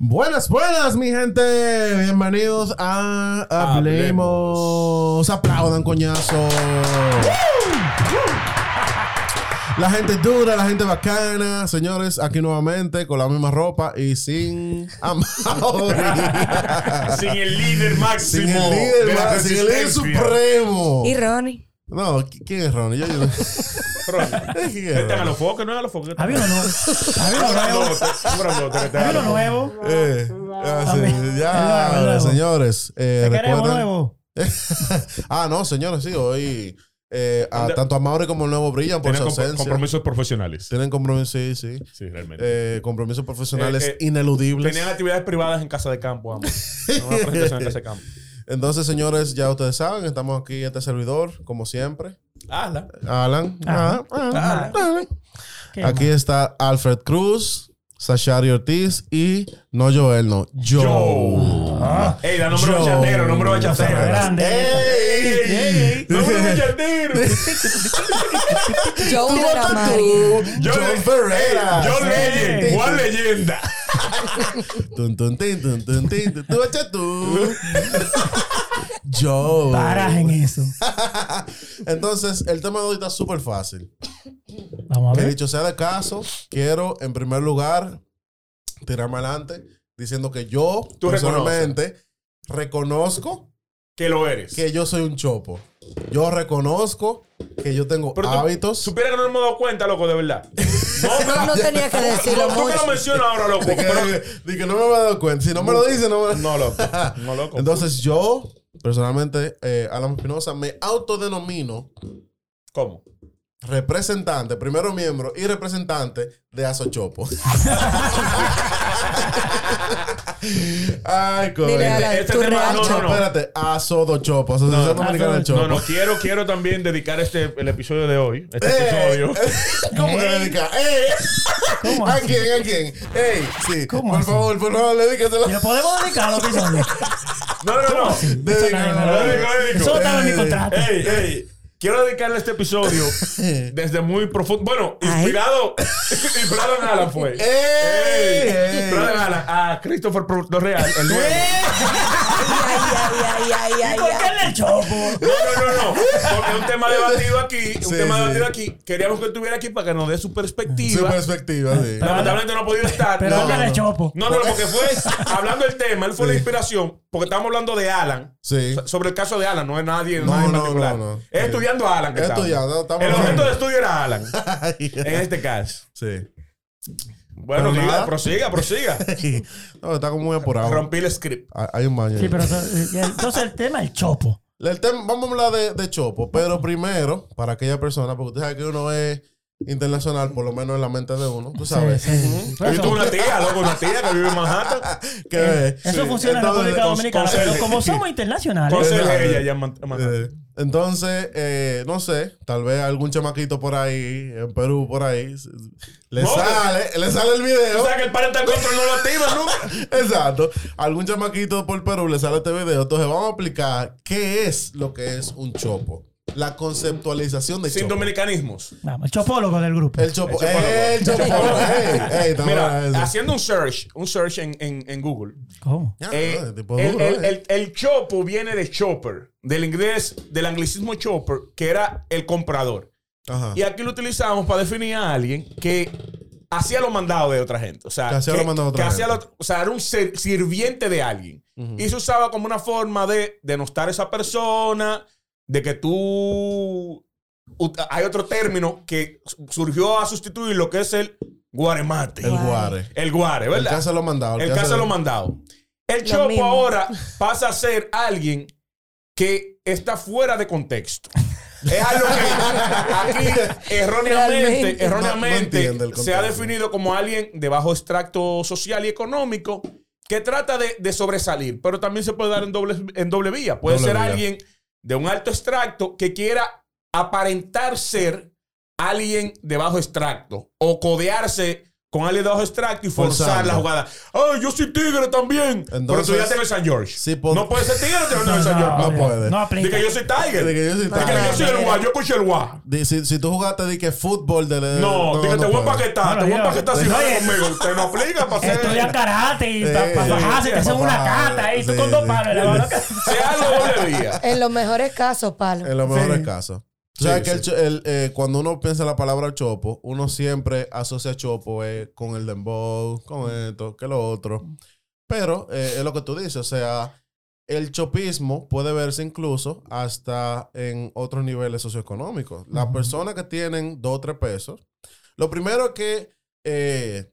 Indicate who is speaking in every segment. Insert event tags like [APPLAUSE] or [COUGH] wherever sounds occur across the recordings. Speaker 1: Buenas, buenas, mi gente. Bienvenidos a Hablemos. Aplaudan, coñazo. La gente dura, la gente bacana. Señores, aquí nuevamente con la misma ropa y
Speaker 2: [LAUGHS]
Speaker 1: sin Amaury.
Speaker 2: Sin el líder máximo.
Speaker 1: sin el líder,
Speaker 2: de la
Speaker 1: ma- sin el líder
Speaker 2: resistencia.
Speaker 1: supremo.
Speaker 3: Y Ronnie.
Speaker 1: No, ¿qui- ¿quién es Ronnie?
Speaker 2: [LAUGHS]
Speaker 1: Yo, yo-
Speaker 2: Ron,
Speaker 1: ¿Quién es
Speaker 2: Vete a
Speaker 1: Ronnie?
Speaker 2: los focos, no a los focos.
Speaker 4: Había uno nuevo. Había uno nuevo. Había uno nuevo.
Speaker 1: Eh, ah, sí,
Speaker 4: También.
Speaker 1: ya,
Speaker 4: Nuevo, nuevo.
Speaker 1: señores. Eh,
Speaker 4: Te queremos
Speaker 1: recuerden-
Speaker 4: nuevo.
Speaker 1: ah, no, señores, sí, hoy eh, a-
Speaker 2: Anda-
Speaker 1: tanto a Mauri como el nuevo brillan por
Speaker 2: Tienen
Speaker 1: su
Speaker 2: com-
Speaker 1: ausencia.
Speaker 2: compromisos profesionales.
Speaker 1: Tienen compromisos, sí, sí.
Speaker 2: Sí, realmente.
Speaker 1: Eh, compromisos profesionales
Speaker 2: Eh, eh,
Speaker 1: ineludibles.
Speaker 2: Tenían actividades privadas en casa de campo, ambos. Una presentación en casa de campo.
Speaker 1: Entonces, señores, ya ustedes saben, estamos aquí este servidor, como siempre.
Speaker 2: Ala.
Speaker 1: Alan.
Speaker 4: Ajá.
Speaker 1: Ah, ah,
Speaker 4: Ajá.
Speaker 1: ah.
Speaker 4: Qué
Speaker 1: Aquí está Alfred Cruz, Sashari Ortiz y no Joel, no. Joe.
Speaker 2: Joe.
Speaker 4: Ah.
Speaker 2: Ey, da nombre bachatero, nombre bachatero.
Speaker 4: Grande.
Speaker 2: Ey,
Speaker 1: ¡Ey!
Speaker 2: ey, ey, nombre bachatero.
Speaker 3: Joe
Speaker 1: Tú
Speaker 3: de la
Speaker 1: votas
Speaker 3: Mari.
Speaker 1: tú. Joe Ferreira.
Speaker 2: John
Speaker 4: Sí.
Speaker 2: Legend. Juan Leyenda.
Speaker 1: Tun, tun, tin, tun, tun, tin, tun. Tú echa
Speaker 4: [LAUGHS]
Speaker 1: tú. Joe.
Speaker 4: Paras en eso.
Speaker 1: Entonces, el tema de hoy está súper fácil.
Speaker 4: Vamos a
Speaker 1: Que
Speaker 4: ver.
Speaker 1: dicho sea de caso, quiero en primer lugar tirarme adelante diciendo que yo
Speaker 2: Tú
Speaker 1: personalmente reconozco
Speaker 2: Que lo eres.
Speaker 1: que yo soy un chopo. Yo reconozco que yo tengo
Speaker 2: Pero tú-
Speaker 1: hábitos.
Speaker 2: Supiera que no me he dado cuenta, loco, de verdad.
Speaker 3: No, no tenía que decirlo
Speaker 2: No, tú que lo
Speaker 3: mucho.
Speaker 2: mencionas ahora, loco.
Speaker 1: de, que,
Speaker 2: pero-
Speaker 1: de que no me había dado cuenta. Si no me lo dice, no
Speaker 2: [LAUGHS]
Speaker 1: me
Speaker 2: No, loco. No, loco.
Speaker 1: Entonces yo, personalmente, eh, Alan Espinosa, me autodenomino
Speaker 2: ¿Cómo?
Speaker 1: representante, primero miembro y representante de Asochopo. Ay, coño.
Speaker 3: Dile a la
Speaker 2: Este
Speaker 3: tu
Speaker 2: tema,
Speaker 3: real
Speaker 2: no, no,
Speaker 3: chopo.
Speaker 2: no.
Speaker 1: Espérate, Asodo Chopo, Asociación
Speaker 2: No, no,
Speaker 1: Dominicana del Chopo.
Speaker 2: No, no, quiero, quiero también dedicar este, el episodio de hoy, este
Speaker 1: ¡Ey!
Speaker 2: episodio,
Speaker 1: Eh, [LAUGHS] ¿Cómo que le dedica? ¡Ey!
Speaker 4: ¿Cómo
Speaker 1: ¿A
Speaker 4: así?
Speaker 1: quién? ¿A quién? ¡Ey! Sí,
Speaker 4: ¿Cómo
Speaker 1: por
Speaker 4: así?
Speaker 1: favor, por favor, dedícaselo.
Speaker 4: ¿Y lo podemos dedicar a los episodios?
Speaker 2: No, no, no.
Speaker 4: Eso nadie me lo
Speaker 2: Dedico, dedico. eh.
Speaker 4: dice. Eso no estaba en mi contrato.
Speaker 2: Ey, ey. Quiero dedicarle este episodio desde muy profundo. Bueno,
Speaker 3: Ay.
Speaker 2: inspirado. [LAUGHS] inspirado en Alan fue.
Speaker 1: ¡Ey!
Speaker 2: Ey.
Speaker 1: ¡Ey!
Speaker 2: Inspirado en Alan. A Christopher Real, el nuevo.
Speaker 3: Ay, ay, ay, ay, ay,
Speaker 4: ¿Por qué
Speaker 3: ay.
Speaker 4: le chopo?
Speaker 2: No, no, no, no. Porque es un tema debatido aquí. Un
Speaker 1: Sí,
Speaker 2: tema
Speaker 1: sí.
Speaker 2: debatido aquí. Queríamos que estuviera aquí para que nos dé su perspectiva.
Speaker 1: Su perspectiva, sí. pues.
Speaker 2: Lamentablemente no ha podido estar.
Speaker 4: Pero
Speaker 2: No,
Speaker 4: ¿por qué
Speaker 2: no,
Speaker 4: le
Speaker 2: no.
Speaker 4: chopo?
Speaker 2: No, no, no,
Speaker 1: [LAUGHS]
Speaker 2: porque fue hablando del tema, él fue la inspiración, porque estábamos hablando de Alan. [LAUGHS]
Speaker 1: Sí. [LAUGHS]
Speaker 2: So- Sobre el caso de Alan, no es nadie,
Speaker 1: No,
Speaker 2: nadie en
Speaker 1: no,
Speaker 2: particular.
Speaker 1: no, no.
Speaker 2: Es
Speaker 1: Sí.
Speaker 2: estudiando a Alan. Que
Speaker 1: Es
Speaker 2: estamos.
Speaker 1: estudiando, estamos
Speaker 2: El
Speaker 1: hablando.
Speaker 2: objeto de estudio era Alan, en
Speaker 1: Ay,
Speaker 2: este caso.
Speaker 1: sí. [LAUGHS]
Speaker 2: Bueno,
Speaker 1: Pero
Speaker 2: diga,
Speaker 1: nada.
Speaker 2: prosiga, prosiga.
Speaker 1: No, está como muy apurado.
Speaker 2: Rompí el script.
Speaker 1: Hay hay un baño.
Speaker 4: Sí,
Speaker 1: ahí.
Speaker 4: pero eso- eh, entonces el tema es el chopo.
Speaker 1: El tema- vamos a hablar de, de Chopo, pero primero, para aquella persona, porque usted sabe que uno es internacional, por lo menos en la mente de uno, tú sabes.
Speaker 4: Sí, sí.
Speaker 2: Yo tuve una tía, loco, una tía que vive en Manhattan.
Speaker 1: [LAUGHS] Que,
Speaker 4: Eh, Eso
Speaker 1: sí.
Speaker 4: funciona en
Speaker 1: Entonces,
Speaker 4: República
Speaker 1: con-
Speaker 4: Dominicana.
Speaker 2: con-
Speaker 4: Pero como somos internacionales,
Speaker 2: Entonces
Speaker 1: Exacto.
Speaker 2: ella ya en Man- en Manhattan.
Speaker 1: eh, entonces, eh, no sé, tal vez algún chamaquito por ahí, en Perú, por ahí, s- le
Speaker 2: No,
Speaker 1: sale, le sale el
Speaker 2: O
Speaker 1: video.
Speaker 2: sea que el parental control no lo activa
Speaker 1: [LAUGHS]
Speaker 2: nunca.
Speaker 1: Exacto. Algún chamaquito por Perú le sale este video. Entonces, vamos a explicar qué es lo que es un chopo. La conceptualización de
Speaker 2: Sin
Speaker 1: chopo.
Speaker 2: dominicanismos.
Speaker 4: vamos, el chopólogo del grupo.
Speaker 1: El chopo.
Speaker 2: El
Speaker 1: El
Speaker 2: chopólogo.
Speaker 1: chopólogo. Ey, ey, estamos hablando de eso.
Speaker 2: Mira, haciendo un search, un search en, en, en Google.
Speaker 4: ¿Cómo?
Speaker 1: Ya,
Speaker 2: Eh,
Speaker 1: Ah, no, tipo
Speaker 2: el,
Speaker 1: duro,
Speaker 2: el-
Speaker 1: eh.
Speaker 2: el- el chopo viene de chopper, del inglés, del anglicismo chopper, que era el comprador.
Speaker 1: Ajá.
Speaker 2: Y aquí lo utilizamos para definir a alguien que hacía lo mandado de otra gente. O sea,
Speaker 1: Que hacía lo mandado de otra
Speaker 2: que hacía
Speaker 1: gente.
Speaker 2: lo- o sea, era un ser- sirviente de alguien. Y se usaba como una forma de denostar a esa persona, de que tú... u- Hay otro término que surgió a sustituir lo que es el guaremate.
Speaker 1: El guare.
Speaker 2: El guare,
Speaker 1: El
Speaker 2: ¿verdad?
Speaker 1: caso lo mandado.
Speaker 2: El caso de los mandados. El chopo
Speaker 3: mismo.
Speaker 2: ahora pasa a ser alguien que está fuera de contexto. Es algo
Speaker 1: [LAUGHS]
Speaker 2: que aquí erróneamente,
Speaker 3: Realmente.
Speaker 1: No, no
Speaker 2: erróneamente
Speaker 1: entiendo el
Speaker 2: se ha
Speaker 1: contexto.
Speaker 2: definido como alguien de bajo extracto social y económico que trata de, de sobresalir, pero también se puede dar en doble, en doble vía. Puede
Speaker 1: Doble
Speaker 2: ser
Speaker 1: vía.
Speaker 2: alguien de un alto extracto que quiera aparentar ser alguien de bajo extracto o codearse con Ale de ojo extracto y forzar
Speaker 1: Forzando.
Speaker 2: la jugada. ¡Ay, yo soy tigre también! Pero tú
Speaker 1: Entonces-
Speaker 2: ya tienes San George.
Speaker 1: Sí, por-
Speaker 2: No puedes ser tigre o tienes San George.
Speaker 1: no puede.
Speaker 4: No aplica.
Speaker 2: Dice que yo soy Tiger.
Speaker 1: De que
Speaker 2: Dice
Speaker 1: yo Eh, soy
Speaker 3: Porque
Speaker 2: que
Speaker 1: tan-
Speaker 2: yo soy el
Speaker 3: Mira.
Speaker 2: guá. Yo escuché el guá.
Speaker 1: Di- si, si tú jugaste de que fútbol de
Speaker 2: No, dije, te voy a
Speaker 1: puedes.
Speaker 2: empaquetar. Te voy a
Speaker 4: Bueno,
Speaker 2: empaquetar si
Speaker 4: yo-
Speaker 2: juegas conmigo. Usted no aplica para hacer.
Speaker 4: Estudia karate y
Speaker 1: Sí,
Speaker 4: para
Speaker 1: sí,
Speaker 4: bajarse, te hacen una
Speaker 1: pa'
Speaker 4: cata
Speaker 1: bajar,
Speaker 4: ahí, tú
Speaker 1: sí,
Speaker 4: con dos
Speaker 1: sí.
Speaker 4: palos. en la mano.
Speaker 2: Sea algo
Speaker 1: [LAUGHS]
Speaker 2: doble día.
Speaker 3: En los mejores casos, palo.
Speaker 1: En los mejores
Speaker 4: Sí.
Speaker 1: casos. Tú sabes
Speaker 2: Sí,
Speaker 1: que el cho- el, eh, cuando uno piensa la palabra chopo, uno siempre asocia chopo eh, con el dembow, con esto, que lo otro. Pero eh, es lo que tú dices, o sea, el chopismo puede verse incluso hasta en otros niveles socioeconómicos. Las personas que tienen dos o tres pesos, lo primero es que eh,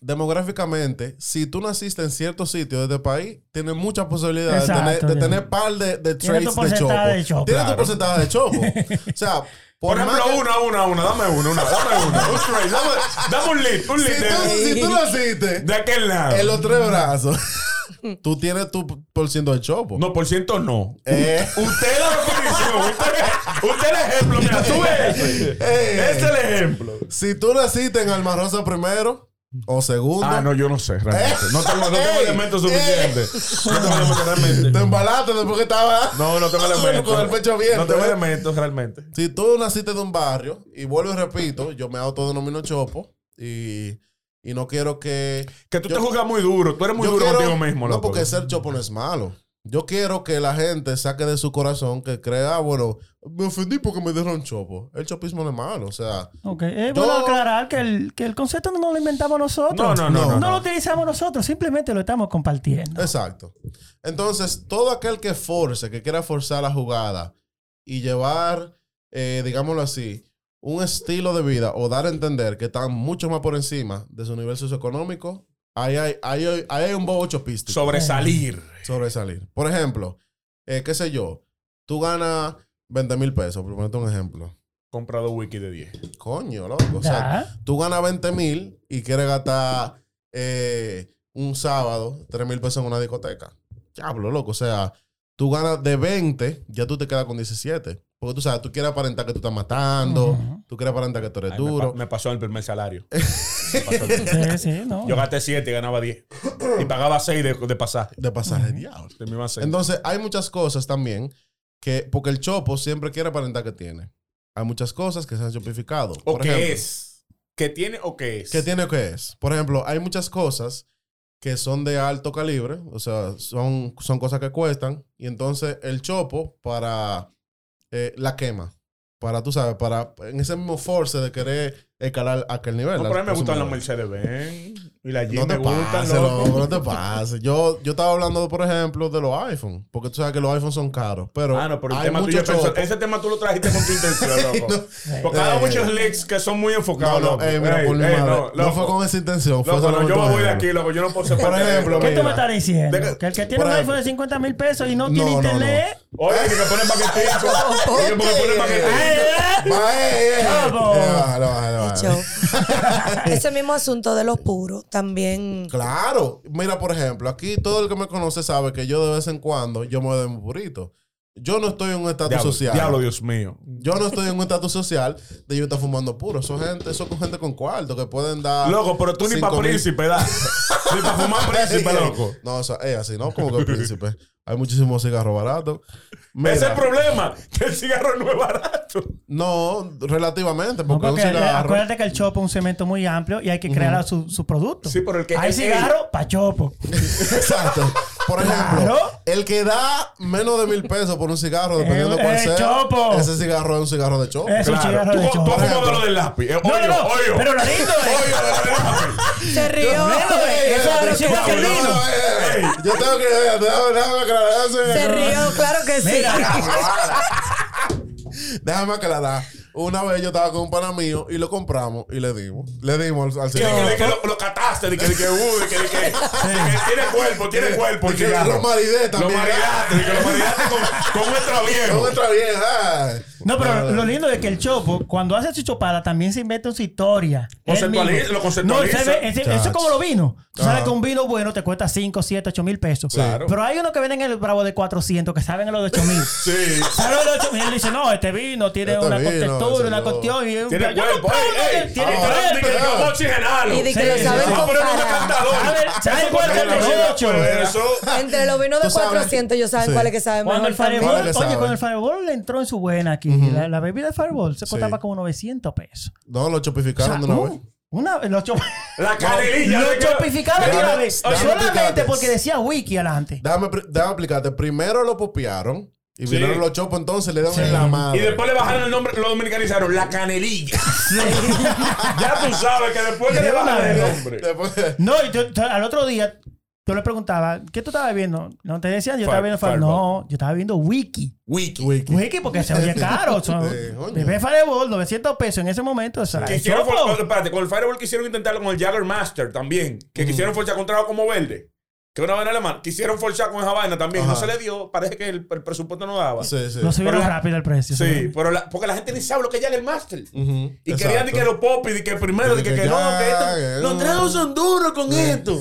Speaker 1: demográficamente, si tú naciste en cierto sitio de este país, tienes muchas posibilidades de
Speaker 4: Exacto,
Speaker 1: tener, de
Speaker 4: ya.
Speaker 1: tener par de, de
Speaker 4: Tiene tu
Speaker 1: traits de chopo.
Speaker 4: porcentaje de chopo.
Speaker 1: Tiene tu
Speaker 2: Claro.
Speaker 1: porcentaje de chopo. O sea, por,
Speaker 2: Por ejemplo,
Speaker 1: más que-
Speaker 2: una, una, una. Dame una, una. Dame una. Un trade. Dame, dame un lead. Un lead
Speaker 1: Si tú,
Speaker 2: de,
Speaker 1: si tú naciste
Speaker 2: de aquel lado.
Speaker 1: en los tres brazos, [LAUGHS] tú tienes tu por ciento de chopo.
Speaker 2: No, por ciento no.
Speaker 1: Eh,
Speaker 2: Usted es la definición. Usted, es- usted es el ejemplo. Mira, tú [LAUGHS] ves.
Speaker 1: eh,
Speaker 2: Ese es el ejemplo.
Speaker 1: Si tú naciste en Alma Rosa primero o segundo,
Speaker 2: Ah, no, yo no sé realmente. No tengo, no tengo
Speaker 1: Ey,
Speaker 2: elementos suficientes. No tengo elementos realmente.
Speaker 1: te embalaste después que estaba
Speaker 2: No, no tengo elementos.
Speaker 1: con el pecho abierto.
Speaker 2: No tengo
Speaker 1: ¿eh?
Speaker 2: elementos realmente.
Speaker 1: Si tú naciste de un barrio, y vuelvo y repito, yo me autodenomino chopo y, y no quiero que.
Speaker 2: Que tú
Speaker 1: Yo-
Speaker 2: te juzgas muy duro. Tú eres muy
Speaker 1: yo
Speaker 2: duro
Speaker 1: quiero-
Speaker 2: contigo mismo.
Speaker 1: No,
Speaker 2: loco.
Speaker 1: porque ser chopo no es malo. Yo quiero que la gente saque de su corazón que crea, ah, bueno, me ofendí porque me dieron chopo. El chopismo no es malo, o sea.
Speaker 4: Ok, es bueno
Speaker 1: Yo-
Speaker 4: aclarar que el, que el concepto no lo inventamos
Speaker 2: No,
Speaker 4: nosotros.
Speaker 2: no, no, no,
Speaker 4: No
Speaker 2: no.
Speaker 4: lo utilizamos nosotros, simplemente lo estamos compartiendo.
Speaker 1: Exacto. Entonces, todo aquel que force, que quiera forzar la jugada y llevar, eh, digámoslo así, un estilo de vida o dar a entender que están mucho más por encima de su nivel socioeconómico, ahí hay, ahí hay, ahí hay un bobo chopístico.
Speaker 2: Sobresalir.
Speaker 1: sobresalir. Por ejemplo, eh, qué sé yo, tú ganas 20 mil pesos, por ponerte un ejemplo.
Speaker 2: Comprado wiki de 10.
Speaker 1: Coño, loco. O sea,
Speaker 4: Ya.
Speaker 1: tú ganas 20 mil y quieres gastar eh, un sábado 3 mil pesos en una discoteca. Diablo, loco. O sea, tú ganas de 20, ya tú te quedas con 17. Porque tú sabes, tú quieres aparentar que tú estás matando,
Speaker 4: Ujú.
Speaker 1: tú quieres aparentar que tú eres
Speaker 2: Ay, me
Speaker 1: duro.
Speaker 2: pa- Me, pasó el primer [LAUGHS] salario. Me pasó el primer-
Speaker 4: Sí, sí, no.
Speaker 2: Yo gasté 7 y ganaba 10. Y pagaba 6 de, de pasaje.
Speaker 1: De pasaje, diablo.
Speaker 2: De mi más seis.
Speaker 1: Entonces, hay muchas cosas también que, porque el chopo siempre quiere aparentar que tiene. Hay muchas cosas que se han chopificado.
Speaker 2: ¿O
Speaker 1: Por
Speaker 2: qué
Speaker 1: ejemplo,
Speaker 2: es? ¿Qué tiene o qué es?
Speaker 1: ¿Qué tiene o qué es? Por ejemplo, hay muchas cosas que son de alto calibre, o sea, son, son cosas que cuestan, y entonces el chopo para eh, la quema, para, tú sabes, para en ese mismo force de querer escalar a aquel nivel.
Speaker 2: No, por ahí me
Speaker 1: Ese
Speaker 2: gustan las
Speaker 1: nivel.
Speaker 2: Mercedes Benz y las Jeep
Speaker 1: No
Speaker 2: me
Speaker 1: te
Speaker 2: gustan.
Speaker 1: pases,
Speaker 2: loco.
Speaker 1: loco, no te pases. Yo, yo estaba hablando, por ejemplo, de los iPhone, porque tú sabes que los iPhone son caros, pero,
Speaker 2: Ah, no, pero el
Speaker 1: hay
Speaker 2: tema
Speaker 1: mucho
Speaker 2: tuyo es personal.
Speaker 1: chopo.
Speaker 2: Ese tema tú lo trajiste con
Speaker 1: [LAUGHS]
Speaker 2: tu intención, loco. Porque hay
Speaker 1: Eh.
Speaker 2: muchos leaks que son muy
Speaker 1: No,
Speaker 2: enfocados,
Speaker 1: no,
Speaker 2: loco.
Speaker 1: eh, mira,
Speaker 2: Ey,
Speaker 1: por mi
Speaker 2: ey,
Speaker 1: madre.
Speaker 2: no,
Speaker 1: No,
Speaker 2: loco.
Speaker 1: fue con esa intención. Fue
Speaker 2: Loco, no,
Speaker 1: solamente
Speaker 2: yo me
Speaker 1: un
Speaker 2: voy de
Speaker 1: ejemplo.
Speaker 2: aquí, loco. Yo no puedo ser
Speaker 1: Por
Speaker 2: parte de
Speaker 1: ejemplo,
Speaker 2: esto.
Speaker 4: ¿Qué tú me
Speaker 1: mira.
Speaker 4: estás diciendo?
Speaker 2: Deja-
Speaker 4: Que el que tiene
Speaker 1: por
Speaker 4: un
Speaker 1: ejemplo.
Speaker 4: iPhone de 50 mil pesos y no, tiene
Speaker 1: No, no, no.
Speaker 4: internet.
Speaker 2: Oye, que me
Speaker 1: [LAUGHS]
Speaker 2: ponen paquetico. Oye, que me ponen
Speaker 4: ¡Ay,
Speaker 2: paquetico.
Speaker 4: eh!
Speaker 1: [LAUGHS] Va, eh, eh.
Speaker 4: Chopo.
Speaker 1: Eh, va, va, va, va.
Speaker 3: Chao. [LAUGHS] Ese mismo asunto de los puros también.
Speaker 1: Claro. Mira, por ejemplo, aquí todo el que me conoce sabe que yo de vez en cuando yo me doy mi burrito. Yo no estoy en un estatus
Speaker 2: Diablo,
Speaker 1: social.
Speaker 2: diablo, Dios mío.
Speaker 1: Yo no estoy en un estatus social de yo estar fumando puro. Eso gente, eso con gente con cuarto que pueden dar.
Speaker 2: Loco, pero tú ni
Speaker 1: Ah, cinco
Speaker 2: para
Speaker 1: mil.
Speaker 2: príncipe, ¿verdad? ni para
Speaker 1: [LAUGHS]
Speaker 2: fumar príncipe, loco.
Speaker 1: No, o sea, es así, ¿no? Como que príncipe. Hay muchísimos cigarros baratos. Mira,
Speaker 2: Ese es el problema, que el cigarro no es barato.
Speaker 1: no, relativamente,
Speaker 4: No,
Speaker 1: porque un
Speaker 4: porque
Speaker 1: cigarro. [LAUGHS]
Speaker 4: acuérdate que el chopo es un cemento muy amplio y hay que crear su, su producto.
Speaker 2: Sí, pero el que-
Speaker 4: Hay
Speaker 2: el-
Speaker 4: cigarro para chopo.
Speaker 1: Exacto. Por ejemplo,
Speaker 4: Claro.
Speaker 1: el que da menos de mil pesos por un cigarro, dependiendo
Speaker 4: Eh,
Speaker 1: cuál
Speaker 4: eh,
Speaker 1: sea,
Speaker 4: chopo.
Speaker 1: ese cigarro es un cigarro de chopo. [LAUGHS]
Speaker 4: Es un cigarro
Speaker 2: Tú,
Speaker 4: de
Speaker 2: tú has
Speaker 4: chopo.
Speaker 2: fumado lo del lápiz. Eh,
Speaker 4: No, no,
Speaker 2: hoyo,
Speaker 4: no.
Speaker 2: hoyo.
Speaker 4: Pero lo lindo es.
Speaker 2: Hoyo del lápiz.
Speaker 4: [LAUGHS]
Speaker 3: Se rió. ¿eh?
Speaker 4: Ey, ey, ey, ey,
Speaker 1: Yo
Speaker 4: ey, ey, ey.
Speaker 1: tengo que. Déjame, déjame aclarar eso.
Speaker 3: Se rió, claro que sí.
Speaker 1: Déjame aclarar. Una vez yo estaba con un pana mío y lo compramos y le dimos. Le dimos al, al
Speaker 2: Que-
Speaker 1: cigarro.
Speaker 2: que- que lo, lo maridaste, de que, de que, uh, de que, de que, de que tiene cuerpo, tiene cuerpo. el
Speaker 1: Porque
Speaker 2: cigarro.
Speaker 1: lo maridé
Speaker 2: Lo
Speaker 1: también. Ah,
Speaker 2: maridaste, de que lo maridaste con, con un
Speaker 1: Con
Speaker 2: extraviejo.
Speaker 1: otra vieja.
Speaker 4: No,
Speaker 1: Ah.
Speaker 4: pero lo lindo es que el Chopo, cuando hace su chopada, también se inventa su historia. Él
Speaker 2: Conceptualiza,
Speaker 4: mismo.
Speaker 2: lo conceptualiza.
Speaker 4: No, él se ve- ese- eso
Speaker 1: Chacho.
Speaker 4: es como lo vino. Tú sabes
Speaker 1: Ajá.
Speaker 4: que un vino bueno te cuesta 5, 7, 8 mil pesos.
Speaker 2: Claro.
Speaker 4: Pero hay uno que venden en el Bravo de 400 que saben a los de 8
Speaker 2: [LAUGHS]
Speaker 4: mil.
Speaker 2: Sí.
Speaker 4: ¿Sabes lo de 8 mil? Él dice, no, este vino tiene
Speaker 1: Este
Speaker 4: una
Speaker 1: vino,
Speaker 4: contextura, una
Speaker 1: señor.
Speaker 4: cuestión. Y,
Speaker 2: Tiene
Speaker 4: Yo no
Speaker 2: cuerpo.
Speaker 4: puedo,
Speaker 2: ey,
Speaker 4: no,
Speaker 2: ey.
Speaker 4: tiene
Speaker 2: Ahora, de que
Speaker 4: cuerpo.
Speaker 2: vamos a oxigenarlo.
Speaker 3: Y de que lo
Speaker 4: Sí,
Speaker 3: saben
Speaker 4: sí.
Speaker 2: Vamos a poner un
Speaker 3: comparar.
Speaker 2: decantador.
Speaker 4: A ver, ¿sabes
Speaker 2: Eso
Speaker 4: cuál es el
Speaker 2: porque
Speaker 4: de
Speaker 2: la vida,
Speaker 4: ocho?
Speaker 2: pues, Eso.
Speaker 3: Entre los vinos de
Speaker 1: Tú sabes.
Speaker 3: 400, ellos saben
Speaker 1: Sí.
Speaker 3: cuáles que saben
Speaker 4: Cuando
Speaker 3: mejor
Speaker 4: el
Speaker 1: Vale
Speaker 3: también.
Speaker 4: Fireball,
Speaker 1: que
Speaker 4: oye,
Speaker 1: sabe.
Speaker 4: cuando el Fireball le entró en su buena aquí, la, la bebida de Fireball se
Speaker 1: Sí.
Speaker 4: costaba como 900 pesos.
Speaker 1: No, lo
Speaker 4: O sea,
Speaker 1: chopificaron de una vez.
Speaker 4: un- una, lo, [LAUGHS] chop-
Speaker 2: La canelilla.
Speaker 4: lo
Speaker 2: de que-
Speaker 4: chopificaron de una
Speaker 1: Déjame-
Speaker 4: vez.
Speaker 1: déjame
Speaker 4: Solamente
Speaker 1: explicarte.
Speaker 4: porque decía wiki adelante.
Speaker 1: Déjame, pri- déjame explicarte. Primero lo popearon. Y
Speaker 2: Sí.
Speaker 1: vinieron los chopos, entonces le dan en la madre.
Speaker 2: Y después le bajaron el nombre, lo dominicanizaron, la canelilla. [LAUGHS] ya tú sabes que después que le
Speaker 4: De una
Speaker 2: bajan el
Speaker 4: vez.
Speaker 2: nombre.
Speaker 1: Después-
Speaker 4: No, y yo, yo- al otro día yo le preguntaba, ¿qué tú estabas viendo? No te decían, yo
Speaker 2: Fire-
Speaker 4: estaba viendo Fireball.
Speaker 2: Fireball.
Speaker 4: No, yo estaba viendo wiki.
Speaker 2: Wiki.
Speaker 1: Wiki.
Speaker 4: Wiki porque se oye caro. Son,
Speaker 1: Sí, coño.
Speaker 4: bebé Fireball, 900 pesos en ese momento. o sea,
Speaker 2: Que
Speaker 4: el
Speaker 2: hicieron,
Speaker 4: chopo.
Speaker 2: fue- espérate, con el Fireball quisieron intentarlo con el Jagger Master también. Que quisieron forzar con trago como verde. Que una vaina alemana. Quisieron forzar con esa vaina también. No
Speaker 1: Ajá.
Speaker 2: se le dio. Parece que el, el presupuesto no daba. Sí,
Speaker 1: Sí, sí.
Speaker 4: Lo subieron
Speaker 2: Pero la-
Speaker 4: rápido el precio. seguro.
Speaker 2: pero la- porque la gente ni sabe lo que es Jagger Master.
Speaker 1: Ujú,
Speaker 2: Y querían
Speaker 1: exacto.
Speaker 2: de que los pop y de que primero, de que, que no, que
Speaker 1: Jagger,
Speaker 2: esto. Los
Speaker 1: no.
Speaker 2: tragos son duros con esto.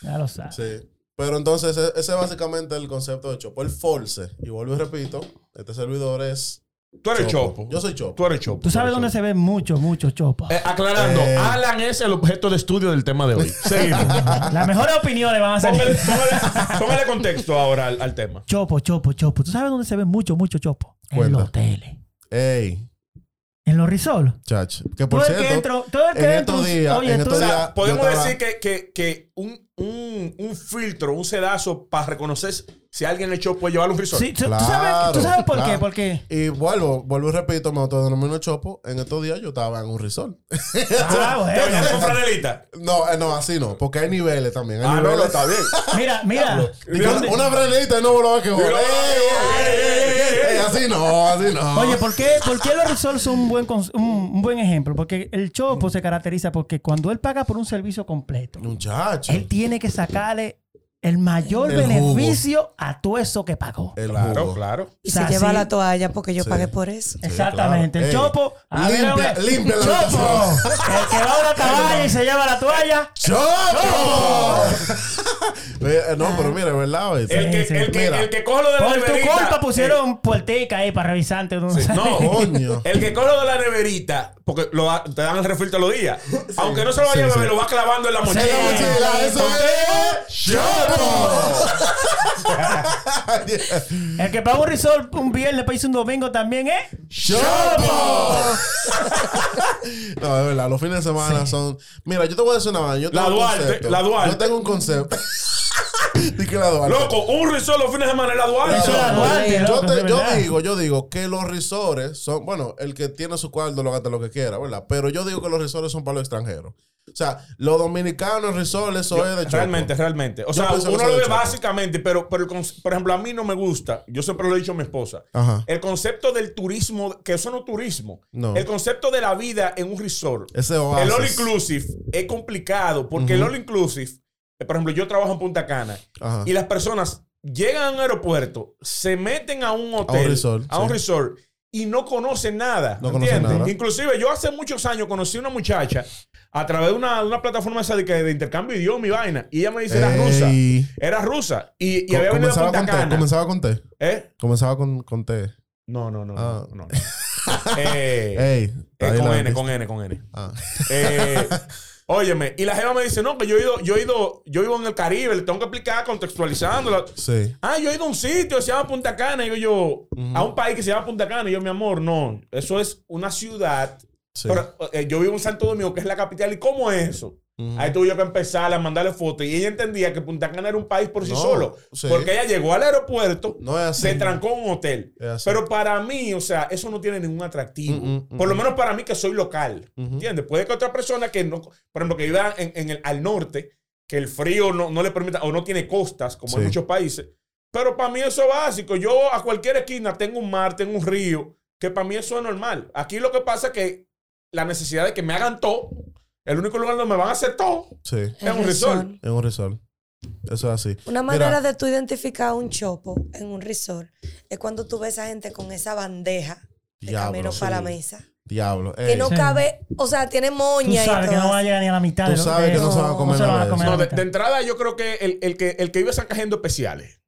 Speaker 4: Ya lo sabes.
Speaker 1: Sí. Pero entonces, e- ese es básicamente el concepto de chopo. El force. Y vuelvo y repito, este servidor es.
Speaker 2: Tú eres chopo.
Speaker 1: Yo soy chopo.
Speaker 2: Tú eres chopo.
Speaker 4: Tú sabes dónde se ven muchos, muchos chopas.
Speaker 2: Eh, aclarando,
Speaker 1: Eh.
Speaker 2: Alan es el objeto de estudio del tema
Speaker 1: [LAUGHS]
Speaker 2: de hoy.
Speaker 4: [LAUGHS]
Speaker 2: Seguimos.
Speaker 4: [LAUGHS] Las mejores opiniones van a
Speaker 2: Póngale,
Speaker 4: salir.
Speaker 2: póngale- póngale contexto ahora al, al tema.
Speaker 4: Chopo, chopo, chopo. ¿Tú sabes dónde se ven mucho, mucho chopo? En
Speaker 1: Cuenta.
Speaker 4: los hoteles.
Speaker 1: Ey,
Speaker 4: En los resorts.
Speaker 1: chacho. Que
Speaker 4: Todo
Speaker 1: por
Speaker 4: el
Speaker 1: cierto.
Speaker 4: que entro, todo el que
Speaker 1: en
Speaker 4: entro.
Speaker 1: estos días,
Speaker 4: oye,
Speaker 1: en
Speaker 4: tú-
Speaker 1: estos
Speaker 2: O sea,
Speaker 1: Ya,
Speaker 2: podemos
Speaker 1: yo estaba-
Speaker 2: decir que, que- que un, un- un filtro, un sedazo para reconocer si alguien le chopo puede llevarlo a un resort.
Speaker 4: Sí, tú, tú
Speaker 1: Claro,
Speaker 4: sabes, tú sabes por
Speaker 1: claro. [LAUGHS]
Speaker 4: qué, porque
Speaker 1: Y vuelvo, vuelvo y repito, me autodenomino chopo. En estos días yo estaba en un resort. [LAUGHS]
Speaker 4: Ah,
Speaker 2: Te
Speaker 4: bueno.
Speaker 2: bañaste con franelita.
Speaker 1: No, eh, no, así no. Porque hay niveles también. Hay
Speaker 2: Ah, no,
Speaker 1: niveles.
Speaker 2: no, [LAUGHS] está bien.
Speaker 4: Mira, mira.
Speaker 1: Digo,
Speaker 2: ¿Dónde?
Speaker 1: Una franelita y no volaba que
Speaker 2: no
Speaker 1: volar.
Speaker 2: volaba que volar.
Speaker 1: Así no, así no.
Speaker 4: Oye, pues, ¿por qué, por qué los resorts son un buen, cons- un, un buen ejemplo? Porque el chopo se caracteriza porque cuando él paga por un servicio completo,
Speaker 1: Muchacho.
Speaker 4: él tiene que sacarle el mayor
Speaker 1: El jugo. Eh,
Speaker 4: beneficio a todo eso que pagó.
Speaker 1: El
Speaker 2: Claro,
Speaker 1: jugo.
Speaker 2: claro.
Speaker 3: Y
Speaker 4: O
Speaker 3: se
Speaker 4: sea,
Speaker 3: lleva
Speaker 4: sí.
Speaker 3: la toalla porque yo
Speaker 1: Sí.
Speaker 3: pagué por eso.
Speaker 4: Exactamente. El
Speaker 1: claro. Ey,
Speaker 4: chopo. a ver, a
Speaker 1: limpia-
Speaker 4: ver.
Speaker 1: limpia la
Speaker 4: chopo.
Speaker 1: habitación.
Speaker 4: El que va a una cabaña y se lleva la toalla.
Speaker 1: [LAUGHS] ¡Chopo! Eh, no, pero mira, es verdad. oye.
Speaker 2: El que,
Speaker 4: sí.
Speaker 2: el que,
Speaker 1: Mira.
Speaker 2: el que coge lo de la
Speaker 4: Por tu
Speaker 2: neverita.
Speaker 4: culpa pusieron puertica ahí para revisante. ¿no?
Speaker 2: Sí, eh. No,
Speaker 1: Coño.
Speaker 2: [LAUGHS] El que coge lo de la neverita, porque lo, ha- te dan el refil todos los días. Aunque no se lo vaya a
Speaker 1: Sí,
Speaker 2: beber,
Speaker 1: sí.
Speaker 2: lo va clavando en la mochila.
Speaker 1: En la mochila, eso es chopo.
Speaker 4: El que paga un resort un viernes para irse un domingo también, ¿eh?
Speaker 1: ¡Chopo! No, es verdad, los fines de semana son. Mira, yo te voy a decir una vaina. yo tengo
Speaker 2: La
Speaker 1: un
Speaker 2: Duarte,
Speaker 1: concepto.
Speaker 2: la Duarte.
Speaker 1: Yo tengo un concepto. [LAUGHS] ¿Y qué la Duarte?
Speaker 2: Loco, un resort los fines de semana en la
Speaker 1: Claro.
Speaker 4: Eso es la
Speaker 2: Duarte.
Speaker 4: Duarte,
Speaker 1: yo,
Speaker 4: loco,
Speaker 1: te-
Speaker 4: de
Speaker 1: yo
Speaker 4: verdad.
Speaker 1: digo, yo digo que los risores son, bueno, el que tiene su cuarto lo gasta lo que quiera, ¿verdad? Pero yo digo que los risores son para los extranjeros. O sea, los dominicanos risores eso es de choco.
Speaker 2: Realmente, realmente. O
Speaker 1: Yo
Speaker 2: sea,
Speaker 1: pienso que
Speaker 2: uno
Speaker 1: soy
Speaker 2: lo
Speaker 1: de
Speaker 2: ve
Speaker 1: Chaco.
Speaker 2: básicamente, pero, pero el conce- por ejemplo, a mí no me gusta. Yo siempre lo he dicho a mi esposa.
Speaker 1: Ajá.
Speaker 2: El concepto del turismo, que eso no es turismo.
Speaker 1: No.
Speaker 2: El concepto de la vida en un resort.
Speaker 1: Ese oasis.
Speaker 2: El all inclusive es complicado porque el all inclusive, eh, por ejemplo, yo trabajo en Punta Cana
Speaker 1: Ajá.
Speaker 2: y las personas llegan a un aeropuerto, se meten a un hotel, a un resort,
Speaker 1: resort, sí.
Speaker 2: y no conocen nada.
Speaker 1: No
Speaker 2: ¿entiendes?
Speaker 1: conocen nada.
Speaker 2: Inclusive yo hace muchos años conocí una muchacha a través de una, una plataforma esa de, que- de intercambio de idioma y vaina y ella me dice era rusa.
Speaker 1: Ey.
Speaker 2: Era rusa y, y
Speaker 1: Co-
Speaker 2: había venido a
Speaker 1: comenzaba,
Speaker 2: Punta
Speaker 1: con té,
Speaker 2: Cana.
Speaker 1: comenzaba con té.
Speaker 2: ¿Eh?
Speaker 1: Comenzaba con, con té.
Speaker 2: No, no, no. no,
Speaker 1: Ah.
Speaker 2: no, no.
Speaker 1: [LAUGHS]
Speaker 2: Eh,
Speaker 1: Ey,
Speaker 2: eh,
Speaker 1: ahí
Speaker 2: con
Speaker 1: la-
Speaker 2: N, con N, con N.
Speaker 1: Ah.
Speaker 2: Eh, óyeme, y la jeva me dice, no, que yo he ido, yo he ido, yo vivo en el Caribe, le tengo que explicar contextualizándola.
Speaker 1: Sí.
Speaker 2: Ah, yo he ido a un sitio que se llama Punta Cana. Y yo, yo, a un país que se llama Punta Cana. Y yo, mi amor, no, eso es una ciudad.
Speaker 1: Sí.
Speaker 2: Pero, eh, yo vivo en Santo Domingo, que es la capital. ¿Y cómo es eso? Ahí tuve yo que empezar a mandarle fotos. Y ella entendía que Punta Cana era un país por sí
Speaker 1: No,
Speaker 2: solo.
Speaker 1: sí.
Speaker 2: Porque ella llegó al aeropuerto,
Speaker 1: No es así.
Speaker 2: se trancó en un hotel.
Speaker 1: Es así.
Speaker 2: Pero para mí, o sea, eso no tiene ningún atractivo.
Speaker 1: Mm, mm, mm,
Speaker 2: por lo menos para mí que soy local. ¿Entiendes? Puede que otra persona que no, por ejemplo, que viva en, en el, al norte, que el frío no, no le permita o no tiene costas, como en
Speaker 1: Sí.
Speaker 2: muchos países. Pero para mí eso es básico. Yo a cualquier esquina tengo un mar, tengo un río, que para mí eso es normal. Aquí lo que pasa es que la necesidad de que me hagan todo El único lugar donde me van a hacer todo
Speaker 1: Sí,
Speaker 2: es un resort.
Speaker 1: en un resort. Eso es así.
Speaker 3: Una manera
Speaker 1: Mira,
Speaker 3: de tú identificar un chopo en un resort es cuando tú ves a gente con esa bandeja de
Speaker 1: Diablo,
Speaker 3: camino
Speaker 1: sí.
Speaker 3: para la mesa.
Speaker 1: Diablo.
Speaker 3: Que
Speaker 1: ey,
Speaker 3: no
Speaker 4: Sí.
Speaker 3: cabe, o sea, tiene
Speaker 4: Tú
Speaker 3: moña y
Speaker 4: sabes que no
Speaker 3: todo.
Speaker 4: van a llegar ni a la mitad.
Speaker 1: Tú
Speaker 4: de lo
Speaker 1: sabes que no se van a comer
Speaker 4: No se
Speaker 1: nada
Speaker 4: van a
Speaker 1: de
Speaker 4: comer
Speaker 1: eso.
Speaker 4: la
Speaker 2: No, de,
Speaker 4: mitad.
Speaker 2: de entrada yo creo que el, el que el que vive saca gente especiales.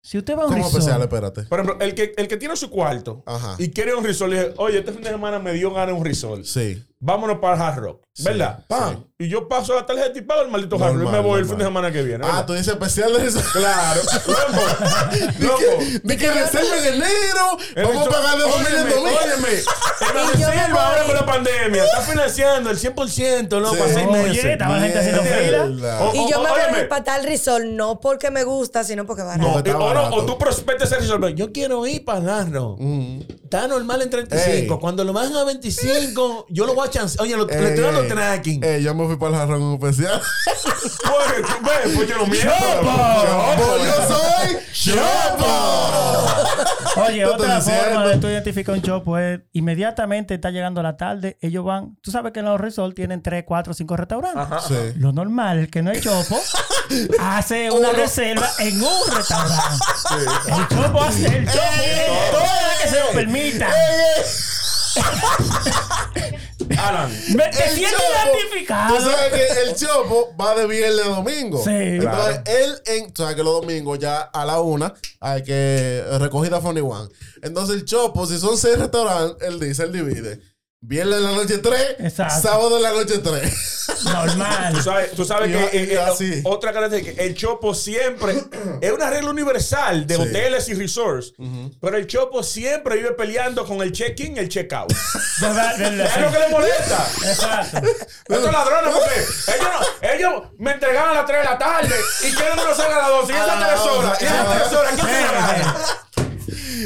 Speaker 4: Si usted va a un
Speaker 1: ¿Cómo pues? especial?
Speaker 4: resort,
Speaker 1: Espérate.
Speaker 2: Por ejemplo, el que, el que tiene su cuarto
Speaker 1: Ajá.
Speaker 2: y quiere un resort, le dice, oye, este fin de semana me dio ganas de un resort.
Speaker 1: Sí.
Speaker 2: Vámonos para el Hard Rock.
Speaker 1: Sí,
Speaker 2: ¿Verdad? Pam. Y yo paso la tarjeta y pago el maldito Hard Rock y
Speaker 1: Normal,
Speaker 2: me voy el
Speaker 1: normal.
Speaker 2: fin de semana que viene.
Speaker 1: Ah,
Speaker 2: ¿verdad?
Speaker 1: tú dices especial de resort. [LAUGHS]
Speaker 2: Claro. Loco. Loco.
Speaker 1: De que reserva en enero, vamos a
Speaker 2: Eso-
Speaker 1: pagar de domingo en
Speaker 2: Óyeme,
Speaker 1: domingo. [LAUGHS]
Speaker 2: óyeme.
Speaker 3: yo
Speaker 2: En la
Speaker 3: me voy.
Speaker 2: reserva ahora con la pandemia. Está financiando el 100%, loco,
Speaker 1: Sí.
Speaker 2: para seis
Speaker 4: Oye,
Speaker 2: meses.
Speaker 4: estaba la gente haciendo
Speaker 1: Mierda.
Speaker 4: fila.
Speaker 2: O-
Speaker 3: Y yo me voy a
Speaker 2: Óyeme.
Speaker 3: ir para tal resort, no porque me gusta, sino porque es barato.
Speaker 2: No,
Speaker 1: Porque
Speaker 2: y-
Speaker 1: está
Speaker 2: o, no,
Speaker 1: barato.
Speaker 2: o tú prospectas el resort. Yo quiero ir para Narno.
Speaker 1: Mm.
Speaker 2: Está normal en 35.
Speaker 1: Ey.
Speaker 2: Cuando lo bajan a 25, yo lo voy a chancear. Oye, lo- le
Speaker 1: Ey,
Speaker 2: estoy dando
Speaker 1: ey.
Speaker 2: tracking.
Speaker 1: Ey, yo me fui para el jarrón en especial.
Speaker 2: Oye, tú ves, pues yo no miento.
Speaker 1: Chopo, yo soy Chopo.
Speaker 4: Oye,
Speaker 1: Tú te
Speaker 4: otra
Speaker 1: diciendo.
Speaker 4: forma de tú identificar un chopo es inmediatamente está llegando la tarde, ellos van. Tú sabes que en los resorts tienen 3, 4, 5 restaurantes.
Speaker 1: Sí.
Speaker 4: Lo normal, el que no es
Speaker 1: [LAUGHS]
Speaker 4: chopo, hace una
Speaker 1: Uno.
Speaker 4: reserva en un restaurante. El chopo hace el chopo en todo lo que se lo permita.
Speaker 1: ah.
Speaker 2: Alan.
Speaker 4: Me- Te
Speaker 1: El
Speaker 4: sientes
Speaker 1: chopo.
Speaker 4: identificado.
Speaker 1: Tú sabes que el Chopo va de viernes a domingo.
Speaker 4: Sí.
Speaker 1: Entonces, él, en, tú sabes que los domingos ya a la una hay que eh, recogida Funny One. Entonces, el Chopo, si son seis restaurantes, él dice, él divide. Viernes en la noche tres,
Speaker 4: Exacto.
Speaker 1: sábado en la noche
Speaker 4: [LAUGHS]
Speaker 1: tres.
Speaker 4: Normal.
Speaker 2: Tú sabes, tú sabes
Speaker 1: Y
Speaker 2: que
Speaker 1: va-
Speaker 2: eh,
Speaker 1: y
Speaker 2: eh,
Speaker 1: así.
Speaker 2: otra característica, el chopo siempre es una regla universal de
Speaker 1: Sí.
Speaker 2: hoteles y resorts, pero el chopo siempre vive peleando con el check-in y el check-out.
Speaker 4: De verdad, de verdad.
Speaker 2: [LAUGHS] es lo que le
Speaker 1: [LAUGHS]
Speaker 2: molesta.
Speaker 4: Exacto.
Speaker 2: Estos ladrones, porque ellos, no- ellos me entregaban a las 3 de la tarde y quieren que lo salga a las 12. Y
Speaker 1: A
Speaker 2: esas
Speaker 1: la
Speaker 2: 3 horas, y esas
Speaker 1: hora.
Speaker 2: 3 horas, ¿qué
Speaker 4: Sí,
Speaker 2: se gana? [LAUGHS]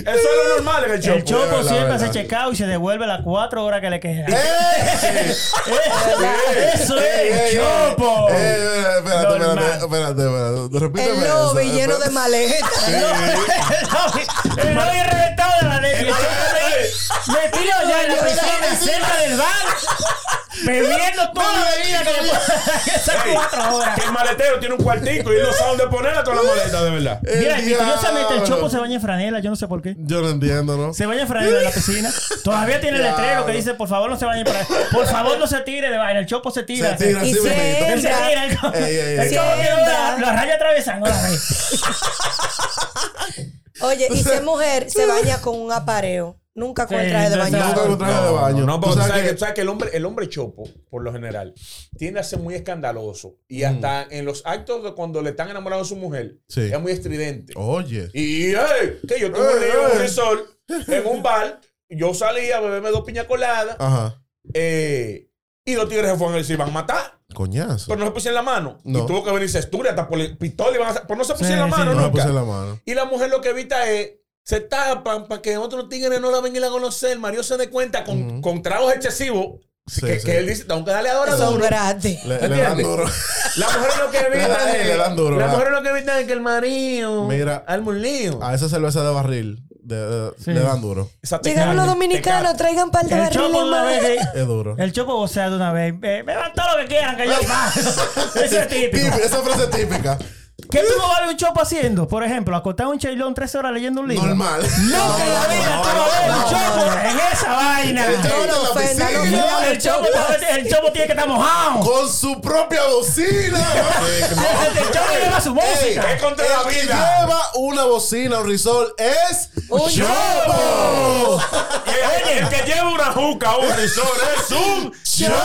Speaker 2: Eso es lo normal en el chopo.
Speaker 4: El chopo
Speaker 1: verdad,
Speaker 4: siempre
Speaker 1: verdad. Eh,
Speaker 4: se checa y se devuelve las cuatro horas que le quedan. Eh,
Speaker 1: ¡Ey!
Speaker 4: Eso es
Speaker 1: Ey, ey,
Speaker 4: el chopo.
Speaker 1: ey, ey, eh, espérate,
Speaker 4: Normal.
Speaker 1: espérate, espérate, espérate. Repíteme
Speaker 3: El lobby
Speaker 1: eso,
Speaker 3: lleno de
Speaker 1: espérate. [LAUGHS]
Speaker 3: maletas.
Speaker 4: [LAUGHS] El novio reventado de la
Speaker 1: Eh,
Speaker 4: leche. El chopo me, me tiro ya en la piscina cerca del bar.
Speaker 1: eh,
Speaker 4: Bebiendo toda la bebida que le puedo- Esas
Speaker 2: Ey,
Speaker 4: cuatro horas.
Speaker 2: que el maletero tiene un cuartico y él no sabe dónde poner a todas las maletas, de verdad.
Speaker 1: El
Speaker 4: [LAUGHS] Mira, y curiosamente el
Speaker 1: eh, diablo.
Speaker 4: chopo se baña en franela, yo no sé por qué.
Speaker 1: Yo no entiendo, ¿no?
Speaker 4: Se baña en franela en la piscina. Todavía tiene el
Speaker 1: Claro.
Speaker 4: letrero que dice, por favor no se bañe en franela. Por favor no se tire de vaina. El chopo se tira.
Speaker 1: Se tira
Speaker 3: Y
Speaker 1: así
Speaker 3: se
Speaker 1: mismito.
Speaker 4: Él se
Speaker 3: Siembra.
Speaker 4: tira. El co-
Speaker 1: Ey, ey, ey.
Speaker 4: el chopo tiene
Speaker 3: Siembra.
Speaker 4: la, la raya atravesando la red.
Speaker 3: Oye, y si es
Speaker 1: [LAUGHS]
Speaker 3: mujer, se baña con un apareo. Nunca con el
Speaker 4: Sí,
Speaker 3: traje de baño.
Speaker 1: Nunca
Speaker 4: No,
Speaker 1: lo traje de baño.
Speaker 2: No,
Speaker 1: Tú
Speaker 2: porque tú
Speaker 1: sabes
Speaker 2: sabes que,
Speaker 1: que-
Speaker 2: tú sabes que el, hombre, el hombre chopo, por lo general, tiende a ser muy escandaloso. Y hasta en los actos de cuando le están enamorando a su mujer,
Speaker 1: Mm. Sí.
Speaker 2: es muy estridente.
Speaker 1: Oye.
Speaker 2: Y ey, que yo tuve un
Speaker 1: Ey,
Speaker 2: lío en
Speaker 1: ey.
Speaker 2: un resort, en un bar, yo salí a beberme dos piña coladas,
Speaker 1: Ajá.
Speaker 2: eh, y los tigres se fueron y se iban a matar.
Speaker 1: Coñazo.
Speaker 2: Pero no se pusieron la mano.
Speaker 1: No.
Speaker 2: Y tuvo que venirse a Asturias hasta por el pistola. Iban a, pues no se pusieron
Speaker 4: Sí,
Speaker 2: la
Speaker 4: sí,
Speaker 2: mano
Speaker 1: No me
Speaker 2: nunca.
Speaker 1: puse la mano.
Speaker 2: Y la mujer lo que evita es. Se tapan para que otros tigres no la vengan a conocer. El marido se dé cuenta con, con tragos excesivos.
Speaker 1: Sí,
Speaker 2: que,
Speaker 1: sí.
Speaker 2: que él dice, tengo que darle ahora
Speaker 3: Son
Speaker 2: duro.
Speaker 3: gratis.
Speaker 1: Le, le dan
Speaker 2: ¿Entiendes?
Speaker 1: duro. [LAUGHS]
Speaker 2: La mujer lo que evita
Speaker 1: dan- [LAUGHS]
Speaker 2: es.
Speaker 1: le dan duro,
Speaker 2: la
Speaker 1: ¿verdad?
Speaker 2: mujer lo que evita es que el marido.
Speaker 1: Mira. Ah.
Speaker 2: Arma un lío.
Speaker 1: A esa cerveza de barril de- de-
Speaker 4: Sí.
Speaker 1: le dan duro.
Speaker 2: Esa te
Speaker 3: Llegaron los
Speaker 2: cae,
Speaker 3: dominicanos,
Speaker 2: te
Speaker 3: traigan par de
Speaker 4: El chopo
Speaker 3: barriles
Speaker 4: una
Speaker 3: más.
Speaker 4: vez.
Speaker 1: Es duro.
Speaker 4: El [LAUGHS] chopo vocea de una vez. eh, Beban todo lo que quieran, que yo [LAUGHS] pago.
Speaker 1: [LAUGHS]
Speaker 4: Eso es típico.
Speaker 1: Típica, esa frase típica.
Speaker 4: ¿Qué tú no vas a ver un chopo haciendo? Por ejemplo, acostar un chailón tres horas leyendo un libro.
Speaker 1: Normal.
Speaker 4: No, que la vida tú no ves un choco en esa vaina.
Speaker 1: El chopo
Speaker 3: No,
Speaker 1: en
Speaker 3: no,
Speaker 1: la
Speaker 3: ofenda, no,
Speaker 1: piscina,
Speaker 4: No, el chopo, el chopo tiene que estar mojado.
Speaker 1: Con su propia bocina.
Speaker 4: El chopo lleva su música.
Speaker 2: cae. Es contra la
Speaker 1: El que
Speaker 2: vida.
Speaker 1: lleva una bocina o risol es
Speaker 3: Un
Speaker 1: Chopo.
Speaker 2: El, el que lleva una juca a un risor es un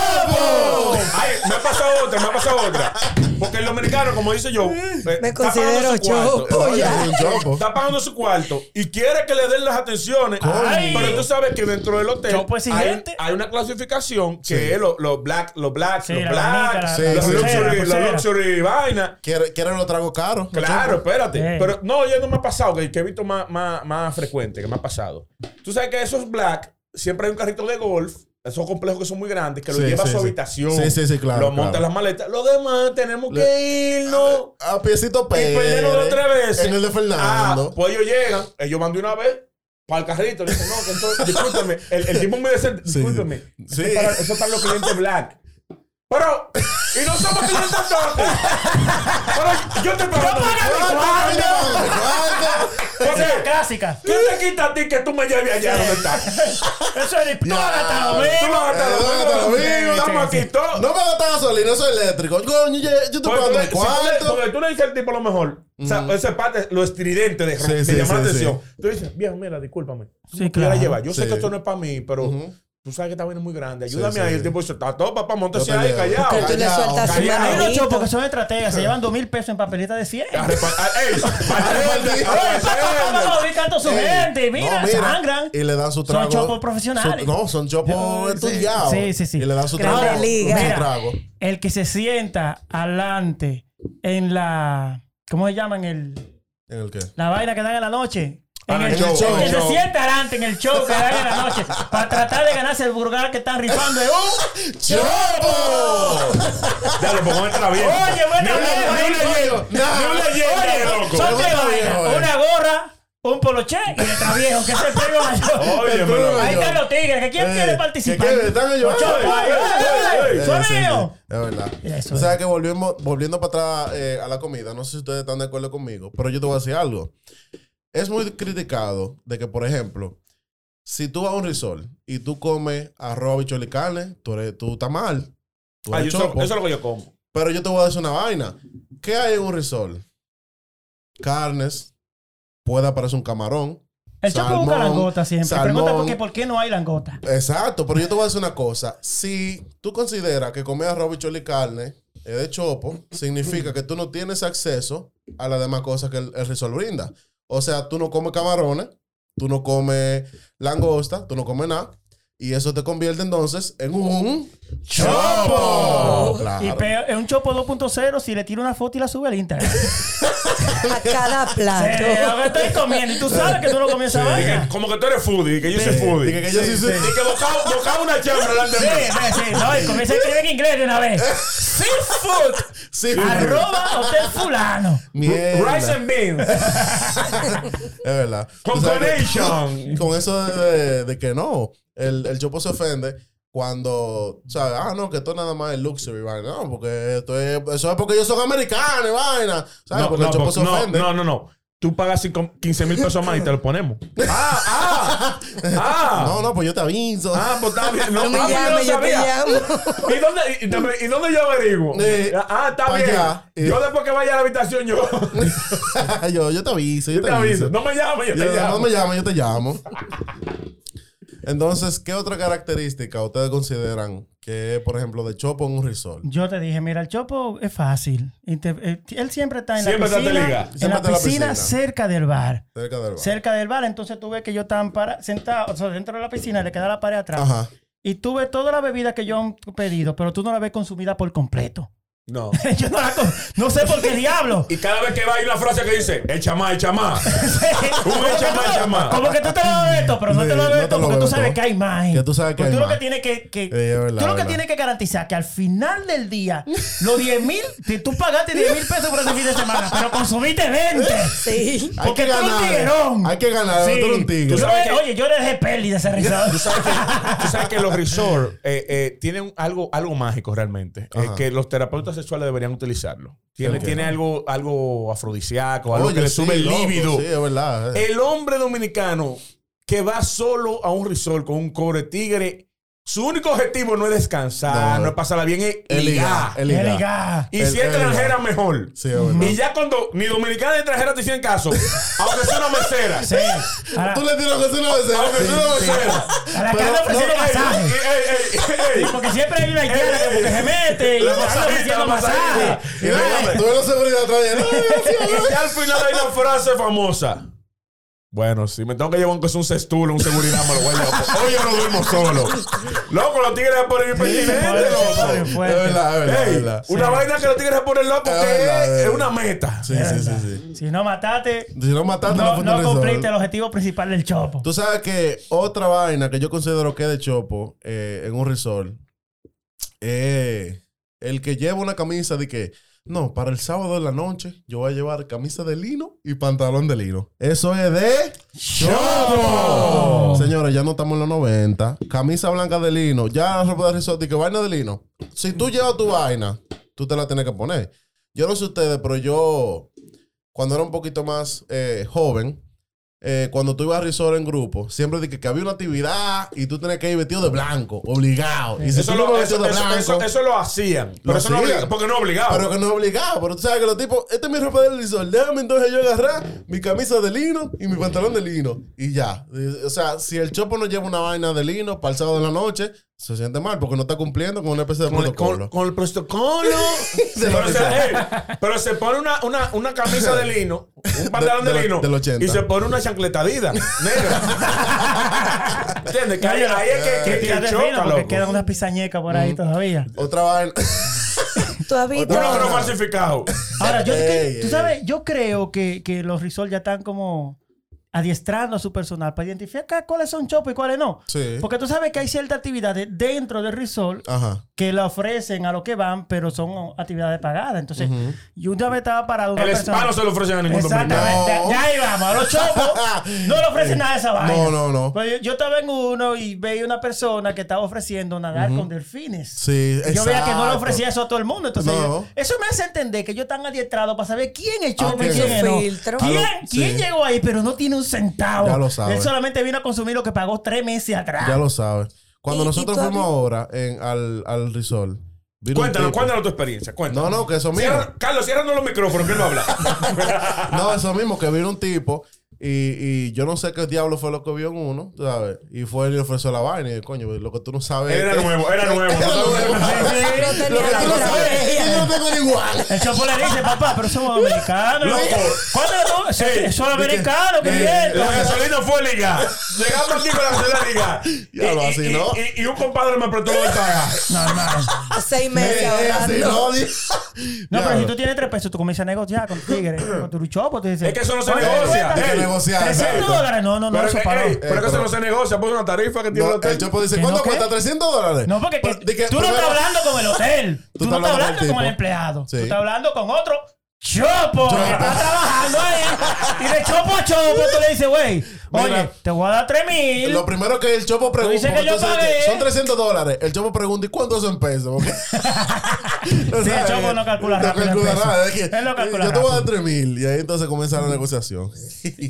Speaker 2: chavo. Ay, me ha pasado otra, me ha pasado otra. Porque el dominicano, como dice yo, eh, está
Speaker 3: considero
Speaker 2: pagando su cuarto.
Speaker 3: chopo,
Speaker 1: Oye,
Speaker 3: ya.
Speaker 1: es un chopo.
Speaker 2: Está pagando su cuarto y quiere que le den las atenciones.
Speaker 4: Ay.
Speaker 2: Pero tú sabes que dentro del hotel
Speaker 4: Chopo
Speaker 2: hay,
Speaker 4: exigente.
Speaker 2: hay una clasificación que
Speaker 1: Sí.
Speaker 2: es los los black, los black,
Speaker 4: Sí,
Speaker 2: los
Speaker 4: la
Speaker 2: black,
Speaker 4: vainita,
Speaker 1: la-
Speaker 2: los,
Speaker 1: la
Speaker 2: luxury,
Speaker 1: pulsera,
Speaker 4: la
Speaker 2: los
Speaker 4: pulsera.
Speaker 2: luxury vaina.
Speaker 1: Quiere- Quieren los tragos caros. los
Speaker 2: Claro,
Speaker 1: chopos.
Speaker 2: espérate.
Speaker 4: Sí.
Speaker 2: Pero no, ya no me ha pasado, que, que he visto más, más, más frecuente, que me ha pasado. Tú sabes que esos black, siempre hay un carrito de golf, esos complejos que son muy grandes, que lo
Speaker 1: Sí,
Speaker 2: lleva a
Speaker 1: sí,
Speaker 2: su
Speaker 1: sí.
Speaker 2: habitación.
Speaker 1: Sí, sí, sí, claro,
Speaker 2: Lo monta en
Speaker 1: claro.
Speaker 2: las maletas. Los demás tenemos
Speaker 1: Le-
Speaker 2: que irnos.
Speaker 1: A piecito
Speaker 2: Y pues,
Speaker 1: Pérez.
Speaker 2: perdernos dos o tres veces.
Speaker 1: En el de Fernando.
Speaker 2: Ah, pues ellos llegan, ellos van de una vez. Para el carrito,
Speaker 1: [LAUGHS]
Speaker 2: le dicen, no, que entonces, discúlpeme. El, el tipo muy decente,
Speaker 1: Sí,
Speaker 2: discúlpeme.
Speaker 1: sí.
Speaker 2: Eso, es para, eso es para los clientes black. Pero, y no somos 500 dólares. Pero yo te pago.
Speaker 4: Esa es la
Speaker 2: Porque,
Speaker 4: clásica.
Speaker 2: ¿Qué te quita a ti que tú me lleves allá donde estás?
Speaker 4: Eso es de. Tú has gastado
Speaker 2: Tú no
Speaker 4: menos.
Speaker 2: gastas lo
Speaker 1: Eh,
Speaker 2: mismo,
Speaker 1: gasta lo mismo.
Speaker 2: Estamos aquí todos.
Speaker 1: No me gastan gasolina, eso es eléctrico. Coño, yo, yo te
Speaker 2: Pues, Porque
Speaker 1: pago
Speaker 2: tú,
Speaker 1: mi
Speaker 2: le, si tú le-
Speaker 1: cuarto.
Speaker 2: porque tú le dices al tipo lo mejor. O sea, esa parte, lo estridente de
Speaker 1: Sí,
Speaker 2: te
Speaker 1: sí,
Speaker 2: llama la
Speaker 1: sí,
Speaker 2: atención. Tú dices, bien, mira, discúlpame.
Speaker 4: Sí,
Speaker 2: Sí, claro.
Speaker 4: claro.
Speaker 2: llevar. Yo sé
Speaker 1: Sí.
Speaker 2: que esto no es para mí, pero
Speaker 1: Ujú.
Speaker 2: tú sabes que esta vaina es muy grande. Ayúdame
Speaker 1: sí,
Speaker 2: ahí.
Speaker 1: sí.
Speaker 2: El tipo dice, está todo, papá,
Speaker 1: Yo
Speaker 2: montese
Speaker 1: te
Speaker 2: ahí,
Speaker 1: llevo.
Speaker 2: callado.
Speaker 3: Que tú le
Speaker 1: Callao,
Speaker 3: sueltas su
Speaker 2: callao.
Speaker 4: Hay unos
Speaker 3: manito.
Speaker 4: chopos que son estrategas, se llevan dos mil pesos en papelita de 100. [LAUGHS]
Speaker 2: A repa-
Speaker 1: [LAUGHS]
Speaker 2: a- ey, a repartir- a repartir.
Speaker 4: Vamos a ubicar a toda su
Speaker 1: Ey,
Speaker 4: gente, mira,
Speaker 1: no,
Speaker 4: sangran.
Speaker 1: Y le dan su
Speaker 4: Son
Speaker 1: trago.
Speaker 4: chopos profesionales.
Speaker 1: Su- no, son
Speaker 4: Yo-
Speaker 1: chopos
Speaker 4: sí.
Speaker 1: estudiados.
Speaker 4: Sí, sí, sí.
Speaker 1: Y le dan su
Speaker 3: Grande
Speaker 1: trago.
Speaker 3: liga.
Speaker 1: Su
Speaker 4: Mira.
Speaker 1: trago.
Speaker 4: El que se sienta adelante en la. ¿Cómo se llaman? El,
Speaker 1: ¿En el qué?
Speaker 4: la vaina que dan a la noche.
Speaker 2: Ah,
Speaker 4: En
Speaker 2: en
Speaker 4: el,
Speaker 2: el show,
Speaker 4: el
Speaker 2: en
Speaker 4: que
Speaker 2: el
Speaker 4: se
Speaker 2: show.
Speaker 4: sienta adelante en el show que dan a la noche para tratar de ganarse el burgar que están rifando de un.
Speaker 1: [LAUGHS] ¡Chopo!
Speaker 2: Dale, pues métela bien.
Speaker 4: Oye,
Speaker 2: Ni
Speaker 4: métela
Speaker 2: una-
Speaker 4: bien,
Speaker 2: ni una
Speaker 4: oye,
Speaker 2: hielo, ni una hielo, loco.
Speaker 4: Son
Speaker 1: Yo
Speaker 4: tres
Speaker 1: no sabía,
Speaker 4: vainas:
Speaker 1: joder.
Speaker 4: una gorra, un poloche y el traviejo, que es el premio mayor.
Speaker 2: Oye,
Speaker 1: El
Speaker 2: pero-
Speaker 1: tuyo.
Speaker 4: Ahí están los tigres, que quién
Speaker 1: Eh,
Speaker 4: quiere
Speaker 1: que
Speaker 4: participar.
Speaker 1: quiere, están ellos.
Speaker 4: Los chopos,
Speaker 1: Ey,
Speaker 2: ey,
Speaker 4: ey, ey,
Speaker 2: ey.
Speaker 4: ey,
Speaker 1: Eh, sí, sí,
Speaker 4: sonido.
Speaker 1: Es verdad.
Speaker 4: Eso
Speaker 1: o sea que volvimos, volviendo para atrás eh, a la comida, no sé si ustedes están de acuerdo conmigo, pero yo te voy a decir algo. Es muy criticado de que, por ejemplo, si tú vas a un risol y tú comes arroz, bichuela y carne, tú, eres, tú estás mal. Tú
Speaker 2: Ah,
Speaker 1: eres
Speaker 2: yo so-
Speaker 1: chopo.
Speaker 2: Eso es lo que yo como.
Speaker 1: Pero yo te voy a decir una vaina. ¿Qué hay en un risol? Carnes, puede aparecer un camarón.
Speaker 4: El choco busca
Speaker 1: salmón,
Speaker 4: langota siempre. Pregunta
Speaker 1: salmón.
Speaker 4: por qué, por qué no hay langota.
Speaker 1: Exacto, pero yo te voy a decir una cosa. Si tú consideras que comer arroz, bichuela y carne es de chopo, significa que tú no tienes acceso a las demás cosas que el, el risol brinda. O sea, tú no comes camarones, tú no comes langosta, tú no comes nada. Y eso te convierte entonces en un chopo.
Speaker 4: Y
Speaker 1: Claro.
Speaker 4: peor, es un chopo 2.0 si le tiro una foto y la sube al Instagram.
Speaker 3: A cada
Speaker 4: Eh, lo
Speaker 3: plato.
Speaker 4: que estoy comiendo. Y tú sabes que tú no comías esa vaina.
Speaker 2: Como que tú eres foodie, que yo soy
Speaker 1: Y
Speaker 2: foodie.
Speaker 1: que, que yo sí, sé-
Speaker 2: Y que bocaba bocaba una chamba delante
Speaker 4: Sí,
Speaker 2: de mí.
Speaker 4: sí, sí. No, y comienza a escribir en inglés de una vez. Seafood.
Speaker 1: sí,
Speaker 4: Arroba hotel fulano.
Speaker 1: Mierda.
Speaker 2: Rice and beans.
Speaker 1: Es verdad.
Speaker 2: Con
Speaker 1: Tú sabes que- [LAUGHS]
Speaker 2: coronation.
Speaker 1: Con eso de, de- de que no, el, el chopo se ofende cuando, ¿sabes? Ah, no, que esto nada más es luxury, vaina. No, porque esto es, eso es porque yo soy americano, y vaina. ¿Sabes?
Speaker 2: No,
Speaker 1: porque
Speaker 2: no,
Speaker 1: el chopo
Speaker 2: po-
Speaker 1: se
Speaker 2: no,
Speaker 1: ofende. [LAUGHS]
Speaker 2: no, no, no. Tú pagas cinco- 15 mil pesos más y te lo ponemos. Ah, ah, ah.
Speaker 1: No, no, pues yo te aviso.
Speaker 2: Ah, pues está bien. No,
Speaker 3: Yo me
Speaker 2: ah, pues yo
Speaker 3: llamo,
Speaker 2: no
Speaker 3: yo me
Speaker 2: sabía.
Speaker 3: llamo.
Speaker 2: ¿Y dónde, y, dónde- y dónde yo averiguo?
Speaker 1: Eh,
Speaker 2: ah, está
Speaker 1: pa'
Speaker 2: bien.
Speaker 1: allá, eh.
Speaker 2: Yo después que vaya a la habitación, yo
Speaker 1: [LAUGHS]
Speaker 2: [LAUGHS]
Speaker 1: yo, yo te aviso, yo
Speaker 2: te
Speaker 1: te aviso.
Speaker 2: aviso. No me llames, yo te
Speaker 1: Yo-
Speaker 2: llamo.
Speaker 1: no me llames, yo te llamo. Entonces, ¿qué otra característica ustedes consideran que, por ejemplo, de chopo en un resort?
Speaker 4: Yo te dije, mira, el chopo es fácil. Y te- eh, él siempre está en
Speaker 2: Siempre
Speaker 4: la
Speaker 2: está en la
Speaker 4: piscina.
Speaker 2: liga.
Speaker 4: En
Speaker 1: Siempre
Speaker 4: la
Speaker 1: está en la
Speaker 4: piscina,
Speaker 1: piscina.
Speaker 4: cerca del bar.
Speaker 1: Cerca del bar.
Speaker 4: Cerca del bar, entonces tú ves que yo estaba para, sentado, o sea, dentro de la piscina, le queda la pared atrás.
Speaker 1: Ajá.
Speaker 4: Y tú ves toda la bebida que yo han pedido, pero tú no la ves consumida por completo. [LAUGHS]
Speaker 2: No.
Speaker 4: yo no la con- No sé por
Speaker 1: [LAUGHS]
Speaker 4: qué diablo.
Speaker 2: Y cada vez que va hay una frase que dice, echa más, echa más.
Speaker 4: Como que
Speaker 2: echa más,
Speaker 4: tú-
Speaker 2: echa más.
Speaker 4: Como que tú te lo bebes esto, pero no
Speaker 1: Sí,
Speaker 4: te lo
Speaker 1: no
Speaker 4: bebes
Speaker 1: te
Speaker 4: esto
Speaker 1: lo
Speaker 4: porque tú
Speaker 1: bebes
Speaker 4: sabes
Speaker 1: todo.
Speaker 4: que hay más. ¿eh?
Speaker 1: Que tú sabes que
Speaker 4: Porque
Speaker 1: hay
Speaker 4: tú lo
Speaker 1: más.
Speaker 4: que tienes que. que-
Speaker 1: Sí, es verdad,
Speaker 4: tú lo que
Speaker 1: verdad.
Speaker 4: tienes que garantizar que al final del día, los 10 mil. Si tú pagaste 10 mil pesos por ese fin de semana, pero consumiste 20.
Speaker 3: Sí.
Speaker 1: Hay
Speaker 4: Porque
Speaker 1: que
Speaker 4: tú eres un tiguerón.
Speaker 1: ganar. eh. Hay que ganar.
Speaker 4: Sí.
Speaker 1: Tú eres un
Speaker 4: Tú
Speaker 1: tigre. [LAUGHS]
Speaker 4: sabes
Speaker 2: que-
Speaker 4: Oye, yo le dejé peli de ese rizado.
Speaker 2: Tú sabes que, tú sabes que los resorts eh, eh, tienen un- algo, algo mágico realmente. eh,
Speaker 1: Ajá.
Speaker 2: que los terapeutas sexuales deberían utilizarlo. Tiene,
Speaker 1: ¿El qué?
Speaker 2: tiene algo, algo afrodisíaco, algo
Speaker 1: Oye,
Speaker 2: que le
Speaker 1: sí,
Speaker 2: sube el
Speaker 1: loco,
Speaker 2: líbido.
Speaker 1: Sí, es verdad. eh.
Speaker 2: El hombre dominicano que va solo a un resort con un cobre tigre, su único objetivo no es descansar, no,
Speaker 1: No.
Speaker 2: es pasarla bien, es
Speaker 1: El liga.
Speaker 2: ligar.
Speaker 1: El
Speaker 4: Qué
Speaker 1: liga.
Speaker 4: liga.
Speaker 2: y
Speaker 1: el-
Speaker 2: si
Speaker 1: el
Speaker 2: es extranjera,
Speaker 1: ligar.
Speaker 2: mejor.
Speaker 1: Sí, es verdad.
Speaker 2: Y ya cuando ni dominicana ni extranjera te hicieron
Speaker 1: [LAUGHS]
Speaker 2: caso, aunque sea una mesera.
Speaker 4: Sí. Ahora,
Speaker 1: Tú le tiras que una vez.
Speaker 2: Aunque sea una
Speaker 1: Sí, sí.
Speaker 2: mesera.
Speaker 4: a la cara
Speaker 1: Pero-
Speaker 4: ofreciendo
Speaker 2: Ey,
Speaker 4: masaje.
Speaker 2: ey, ey, ey, ey.
Speaker 4: Porque siempre hay una haitiana que porque se mete y le
Speaker 2: La
Speaker 4: anda
Speaker 2: masajista,
Speaker 4: ofreciendo
Speaker 2: la
Speaker 4: masaje.
Speaker 2: masajista.
Speaker 1: Y luego, Tú ves la seguridad atrás. y, "Ay, gracias,
Speaker 2: Y ya al final hay una frase famosa. Bueno, si me tengo que llevar un es un cestulo, un seguridad, me lo voy a llevar. Hoy yo no duermo solo. Loco, los tigres se ponen impertinentes,
Speaker 4: Fuerte,
Speaker 2: loco.
Speaker 1: gracias".
Speaker 4: fuerte.
Speaker 1: Es verdad, es verdad,
Speaker 2: Ey,
Speaker 1: es verdad.
Speaker 2: una vaina que los tigres se ponen locos
Speaker 1: Es
Speaker 2: que
Speaker 1: verdad, es
Speaker 2: es, es
Speaker 1: verdad.
Speaker 2: una meta.
Speaker 1: Sí, sí, sí, sí.
Speaker 4: Si no mataste,
Speaker 1: Si no mataste, no
Speaker 4: no,
Speaker 1: fuiste un
Speaker 4: no cumpliste el
Speaker 1: resort.
Speaker 4: objetivo principal del chopo.
Speaker 1: Tú sabes que otra vaina que yo considero que es de chopo eh, en un resort es el que lleva una camisa de que No, para el sábado de la noche yo voy a llevar camisa de lino y pantalón de lino. Eso es de...
Speaker 2: ¡Chopo!
Speaker 1: Señores, ya no estamos en los 90. Camisa blanca de lino. Ya ropa de resort y que vaina de lino. Si tú llevas tu vaina, tú te la tienes que poner. Yo no sé ustedes, pero yo, cuando era un poquito más eh, joven, eh, cuando tú ibas a resort en grupo, siempre dije que había una actividad y tú tenías que ir vestido de blanco, obligado. Y si
Speaker 2: Eso
Speaker 1: tú no
Speaker 2: lo,
Speaker 1: ibas
Speaker 2: eso,
Speaker 1: vestido de
Speaker 2: eso-
Speaker 1: blanco,
Speaker 2: eso- eso lo hacían. Pero
Speaker 1: Lo
Speaker 2: eso no
Speaker 1: hacían.
Speaker 2: obligaba. Porque no obligaba.
Speaker 1: pero que no es obligado, pero tú sabes que los tipos, esta es mi ropa de lisol, déjame entonces yo agarrar mi camisa de lino y mi pantalón de lino y ya. O sea, si el chopo no lleva una vaina de lino para el sábado de la noche, se siente mal porque no está cumpliendo con una especie de
Speaker 2: con, el-
Speaker 1: protocolo.
Speaker 4: [LAUGHS]
Speaker 2: con- con el protocolo.
Speaker 1: [LAUGHS] De lo
Speaker 2: pero,
Speaker 1: que
Speaker 2: se,
Speaker 1: sea.
Speaker 2: ey, pero se pone una, una, una camisa de lino, un pantalón de,
Speaker 1: [LAUGHS] de lo-
Speaker 2: lino.
Speaker 1: del 80.
Speaker 2: Y se pone una chancletadida.
Speaker 1: [LAUGHS]
Speaker 2: Negra. ¿Entiendes? Que ahí, ahí es que, que,
Speaker 4: Que
Speaker 2: que
Speaker 4: tírate
Speaker 2: choca,
Speaker 4: fino porque
Speaker 2: loco.
Speaker 4: quedan unas pisañecas por
Speaker 1: Mm.
Speaker 4: ahí todavía.
Speaker 1: Otra vaina.
Speaker 3: Tú has visto.
Speaker 2: Uno que no falsificado.
Speaker 4: Ahora, yo,
Speaker 1: Ey,
Speaker 4: que- tú
Speaker 1: ey.
Speaker 4: sabes, yo creo que, que los Risol ya están como adiestrando a su personal para identificar cuáles son chopos y cuáles no.
Speaker 1: Sí.
Speaker 4: Porque tú sabes que hay ciertas actividades dentro del Risol
Speaker 1: Ajá.
Speaker 4: que la ofrecen a los que van, pero son actividades pagadas. Entonces, yo una vez estaba parado una
Speaker 2: El
Speaker 4: persona...
Speaker 2: spa no se lo ofrecen a ningún dominicano.
Speaker 4: Exactamente.
Speaker 1: No.
Speaker 4: Ya ahí vamos. A
Speaker 1: [LAUGHS]
Speaker 4: los chopos no le ofrecen nada de esa vaina.
Speaker 1: No, no, no.
Speaker 4: Pues yo, yo estaba en uno y veía una persona que estaba ofreciendo nadar con delfines.
Speaker 1: Sí,
Speaker 4: Y Yo veía que no le
Speaker 1: exacto.
Speaker 4: ofrecía eso a todo el mundo. Entonces,
Speaker 1: No.
Speaker 4: yo- eso me hace entender que yo están adiestrados para saber quién es chopo y
Speaker 1: Ah, quién
Speaker 4: quién
Speaker 1: no?
Speaker 4: es no.
Speaker 3: Filtro.
Speaker 4: ¿Quién,
Speaker 1: A lo-
Speaker 4: quién
Speaker 1: sí.
Speaker 4: llegó ahí pero no tiene un centavo?
Speaker 1: Ya lo sabe.
Speaker 4: Él solamente vino a consumir lo que pagó tres meses atrás.
Speaker 1: Ya lo sabes. Cuando
Speaker 3: Y- y
Speaker 1: nosotros
Speaker 3: tú
Speaker 1: fuimos
Speaker 3: habías-
Speaker 1: ahora en- al, al resort, vino un
Speaker 2: Cuéntanos,
Speaker 1: tipo.
Speaker 2: cuéntanos tu experiencia. Cuéntanos.
Speaker 1: No, no, que eso mismo.
Speaker 2: Cierra- Carlos, ciérranos los micrófonos, que él va a hablar.
Speaker 1: No, eso mismo, que vino un tipo y, y yo no sé qué diablo fue lo que vio en uno, tú ¿sabes? Y fue él y le ofreció la vaina y yo, coño, lo que tú no sabes.
Speaker 2: Era
Speaker 1: [LAUGHS]
Speaker 2: nuevo, era nuevo.
Speaker 1: Lo
Speaker 3: Pero
Speaker 1: que
Speaker 3: tenía
Speaker 1: tú no
Speaker 3: la
Speaker 1: sabes
Speaker 3: idea.
Speaker 1: es que yo no tengo ni
Speaker 4: [LAUGHS]
Speaker 1: igual.
Speaker 4: El chopo le dice, papá, pero somos americanos.
Speaker 2: Loco.
Speaker 4: ¿Cuándo tú?
Speaker 2: Ey,
Speaker 4: Son americanos, qué bien.
Speaker 2: La gasolina fue liga. Llegamos aquí con la gasolina liga.
Speaker 1: Ya lo
Speaker 2: Y- y-
Speaker 1: así, ¿no?
Speaker 2: y- y- Y un compadre me apretó el bagaje.
Speaker 4: Normal.
Speaker 3: Seis meses
Speaker 1: Eh, eh, así,
Speaker 3: ahorrando.
Speaker 1: no, di-
Speaker 4: No, pero
Speaker 1: Diablo.
Speaker 4: si tú tienes tres pesos, tú comienzas a negociar con tigre, con tu chopo, te dices.
Speaker 2: Es que eso no se
Speaker 4: "Oye,
Speaker 2: negocia".
Speaker 1: Hay
Speaker 4: cuéntame,
Speaker 1: que
Speaker 2: Ey,
Speaker 1: negociar.
Speaker 4: 300
Speaker 1: exacto.
Speaker 4: dólares. No, no, no,
Speaker 2: Pero eh,
Speaker 4: eso
Speaker 2: que-
Speaker 4: paró.
Speaker 2: ey, pero que eso no se negocia, puso una tarifa que tiene el
Speaker 1: No,
Speaker 2: hotel.
Speaker 1: el chopo dice,
Speaker 4: ¿Que no
Speaker 1: ¿cuánto
Speaker 4: qué?
Speaker 1: cuesta? ¿300 dólares?
Speaker 4: No, porque que-
Speaker 1: Pero, pues, di que
Speaker 4: tú no estás
Speaker 1: primero-
Speaker 4: hablando con el hotel. Tú, no estás hablando
Speaker 1: del
Speaker 4: con el
Speaker 1: tipo.
Speaker 4: empleado.
Speaker 1: Sí.
Speaker 4: Tú estás hablando con otro chopo que está trabajando ahí. Y de chopo a chopo tú le dices, güey, oye,
Speaker 1: Mira,
Speaker 4: te voy a dar 3 mil.
Speaker 1: Lo primero que el chopo pregunta.
Speaker 4: dices que yo
Speaker 1: porque entonces,
Speaker 4: pagué.
Speaker 1: Son 300 dólares. El chopo pregunta, ¿y cuánto es en pesos? Porque- O
Speaker 4: [LAUGHS] Sí,
Speaker 1: sea,
Speaker 4: el chopo
Speaker 1: eh,
Speaker 4: no calcula rápido en
Speaker 1: calcula
Speaker 4: pesos.
Speaker 1: nada, es que,
Speaker 4: Él no calcula
Speaker 1: Yo te voy a dar
Speaker 4: rápido.
Speaker 1: 3 mil. Y ahí entonces comienza la negociación.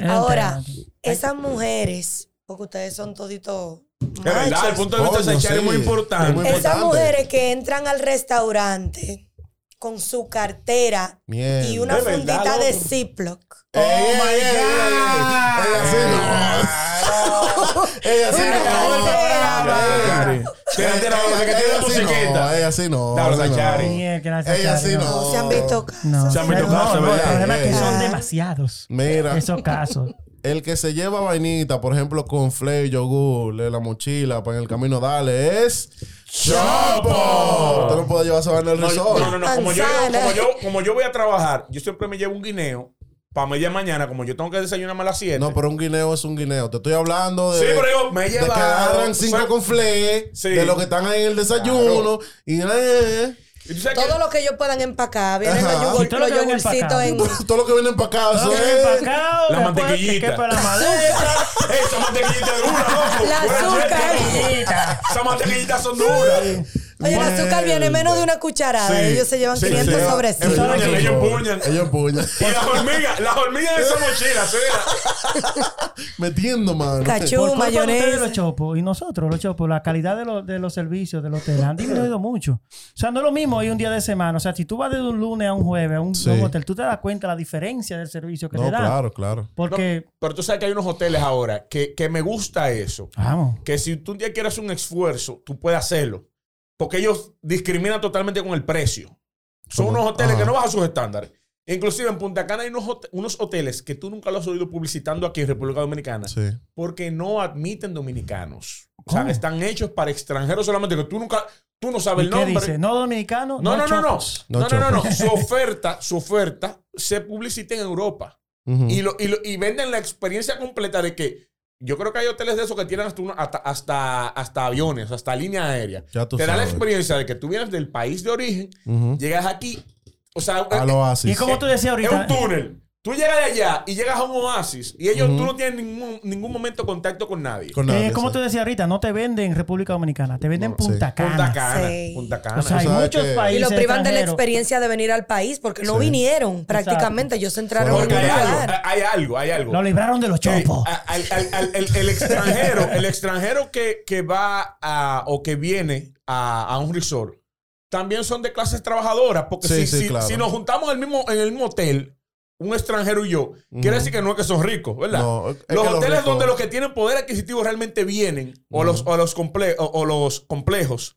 Speaker 3: Ahora, esas mujeres, porque ustedes son toditos.
Speaker 2: Es verdad, el
Speaker 3: machos.
Speaker 2: punto de vista
Speaker 1: Coño,
Speaker 2: sexual es muy
Speaker 1: sí.
Speaker 2: importante.
Speaker 1: Es muy
Speaker 3: Esas
Speaker 1: importante.
Speaker 3: mujeres que entran al restaurante con su cartera
Speaker 1: Mierda.
Speaker 3: y una
Speaker 2: Es verdad,
Speaker 3: fundita de
Speaker 2: loco.
Speaker 3: Ziploc.
Speaker 1: ¡Oh, my God! Ella sí no. Ella sí
Speaker 3: Me acabó el
Speaker 1: no.
Speaker 2: programa. Quédate la voz, que tiene
Speaker 1: Ella
Speaker 2: la
Speaker 1: sí no,
Speaker 2: musiquita.
Speaker 1: Ella sí no.
Speaker 2: Dale,
Speaker 1: ella sí no.
Speaker 2: Sachari.
Speaker 4: Mierda, que la
Speaker 1: Ella sí
Speaker 4: sacaron.
Speaker 1: no.
Speaker 3: No se han visto casos.
Speaker 4: No,
Speaker 2: Se han visto
Speaker 4: no,
Speaker 2: casos,
Speaker 4: no, el
Speaker 2: ¿verdad?
Speaker 4: problema es que
Speaker 1: Eh,
Speaker 4: son
Speaker 3: eh.
Speaker 4: demasiados
Speaker 1: Mira,
Speaker 4: esos casos.
Speaker 1: el que se lleva vainita, por ejemplo, con flay, yogur, en la mochila, para en el camino, dale, es. ¡Chopo! Tú no puedes llevar esa vaina al
Speaker 2: No,
Speaker 1: resort.
Speaker 2: no, no, no, Como, yo,
Speaker 3: Manzana.
Speaker 2: como, yo, como yo voy a trabajar, yo siempre me llevo un guineo para media mañana, como yo tengo que desayunar a las 7.
Speaker 1: No, pero un guineo es un guineo. Te estoy hablando de.
Speaker 2: Sí, pero yo me he
Speaker 1: de que
Speaker 2: llevado-
Speaker 1: agarran cinco
Speaker 2: soy-
Speaker 1: con fle,
Speaker 2: Sí.
Speaker 1: de los que están ahí en el desayuno. Y eh, [LAUGHS]
Speaker 2: Y tú sabes que-
Speaker 3: Todo lo que ellos puedan empacar. Vienen los,
Speaker 1: Ajá.
Speaker 3: yogur-
Speaker 4: Sí, todo lo
Speaker 3: los
Speaker 4: que venga
Speaker 3: yogurcitos en.
Speaker 4: empacado.
Speaker 1: todo lo que viene empacado.
Speaker 4: Todo
Speaker 1: eso
Speaker 4: bien
Speaker 1: es-
Speaker 4: empacado,
Speaker 2: La
Speaker 4: después pues, que
Speaker 2: mantequillita.
Speaker 4: quepa la maleta.
Speaker 2: ¡Ey, esa mantequillita es dura, loco!
Speaker 3: [LAUGHS] La
Speaker 2: Una
Speaker 3: azúcar.
Speaker 2: cheta. Esas mantequillitas son duras.
Speaker 3: Oye, el azúcar viene menos de una cucharada.
Speaker 2: Sí,
Speaker 3: Ellos se llevan
Speaker 2: sí,
Speaker 3: 500
Speaker 2: sí.
Speaker 3: sobres.
Speaker 1: Ellos
Speaker 2: sabes que- Ellos empuñan.
Speaker 1: Ellos empuñan.
Speaker 2: Y las hormigas, las hormigas de esa mochila, ¿sí?
Speaker 1: [LAUGHS] Metiendo mano.
Speaker 4: Por
Speaker 3: Cachú,
Speaker 4: culpa de ustedes, los
Speaker 3: mayonesa.
Speaker 4: chopos y nosotros los chopos, la calidad de, los de los servicios del hotel han disminuido mucho. O sea, no es lo mismo ir un día de semana. O sea, si tú vas de un lunes a un jueves a un,
Speaker 1: Sí.
Speaker 4: a un hotel, tú te das cuenta la diferencia del servicio que
Speaker 1: No,
Speaker 4: te dan.
Speaker 1: claro, claro.
Speaker 4: Porque,
Speaker 2: Pero tú sabes que hay unos hoteles ahora que, que me gusta eso.
Speaker 4: vamos,
Speaker 2: Que si tú un día quieres un esfuerzo, tú puedes hacerlo. Porque ellos discriminan totalmente con el precio. Son
Speaker 1: ¿Cómo?
Speaker 2: unos hoteles
Speaker 1: Ajá.
Speaker 2: que no bajan sus estándares. Inclusive en Punta Cana hay unos, hot- unos hoteles que tú nunca los has oído publicitando aquí en República Dominicana
Speaker 1: Sí.
Speaker 2: porque no admiten dominicanos. O sea,
Speaker 4: ¿Cómo?
Speaker 2: están hechos para extranjeros solamente que tú nunca, tú no
Speaker 4: ¿y
Speaker 2: sabes el
Speaker 4: qué
Speaker 2: nombre.
Speaker 4: dice? No dominicano,
Speaker 2: No, no, no, no.
Speaker 4: chopos.
Speaker 1: No
Speaker 2: No, no, no, no.
Speaker 1: chopos.
Speaker 2: Su oferta, su oferta se publicita en Europa.
Speaker 1: Ujú.
Speaker 2: Y, lo, y, lo- y venden la experiencia completa de que yo creo que hay hoteles de esos que tienen hasta, uno- hasta, hasta, hasta aviones, hasta línea aérea.
Speaker 1: Ya tú
Speaker 2: Te da la
Speaker 1: sabes.
Speaker 2: experiencia de que tú vienes del país de origen,
Speaker 1: Ujú.
Speaker 2: llegas aquí, O sea,
Speaker 1: A
Speaker 2: eh,
Speaker 1: lo así.
Speaker 4: Y como tú decías
Speaker 2: es
Speaker 4: ahorita. eh,
Speaker 2: un túnel. Tú llegas de allá y llegas a un oasis y ellos, tú no tienes ningún, ningún momento de contacto con nadie.
Speaker 1: Con
Speaker 4: eh,
Speaker 1: nadie,
Speaker 4: como
Speaker 1: sí.
Speaker 4: tú decías ahorita, no te venden en República Dominicana, te venden
Speaker 1: No,
Speaker 4: Punta
Speaker 1: sí.
Speaker 4: Cana.
Speaker 2: Punta Cana.
Speaker 3: Sí.
Speaker 2: Punta Cana.
Speaker 4: O sea, hay
Speaker 1: Tú sabes
Speaker 4: muchos
Speaker 1: que-
Speaker 4: países.
Speaker 3: Y lo privan de la
Speaker 4: extranjeros.
Speaker 3: experiencia de venir al país porque no
Speaker 1: Sí.
Speaker 3: vinieron prácticamente. Ellos entraron en
Speaker 2: Porque
Speaker 3: un
Speaker 2: hay algo,
Speaker 3: lugar.
Speaker 2: hay algo, hay algo.
Speaker 4: Lo libraron de los
Speaker 2: Eh,
Speaker 4: chopos.
Speaker 2: a- al- al- al- el, el extranjero, el extranjero que, que va a, o que viene a, a un resort, también son de clases trabajadoras, porque
Speaker 1: Sí,
Speaker 2: si,
Speaker 1: sí,
Speaker 2: si-
Speaker 1: claro.
Speaker 2: si nos juntamos en el mismo, en el mismo hotel, un extranjero y yo,
Speaker 1: Ujú.
Speaker 2: quiere decir que no es que son ricos, ¿verdad?
Speaker 1: No, es que
Speaker 2: los
Speaker 1: los
Speaker 2: hoteles
Speaker 1: ricos-
Speaker 2: donde los que tienen poder adquisitivo realmente vienen, o, los, o, los comple- o, o los complejos,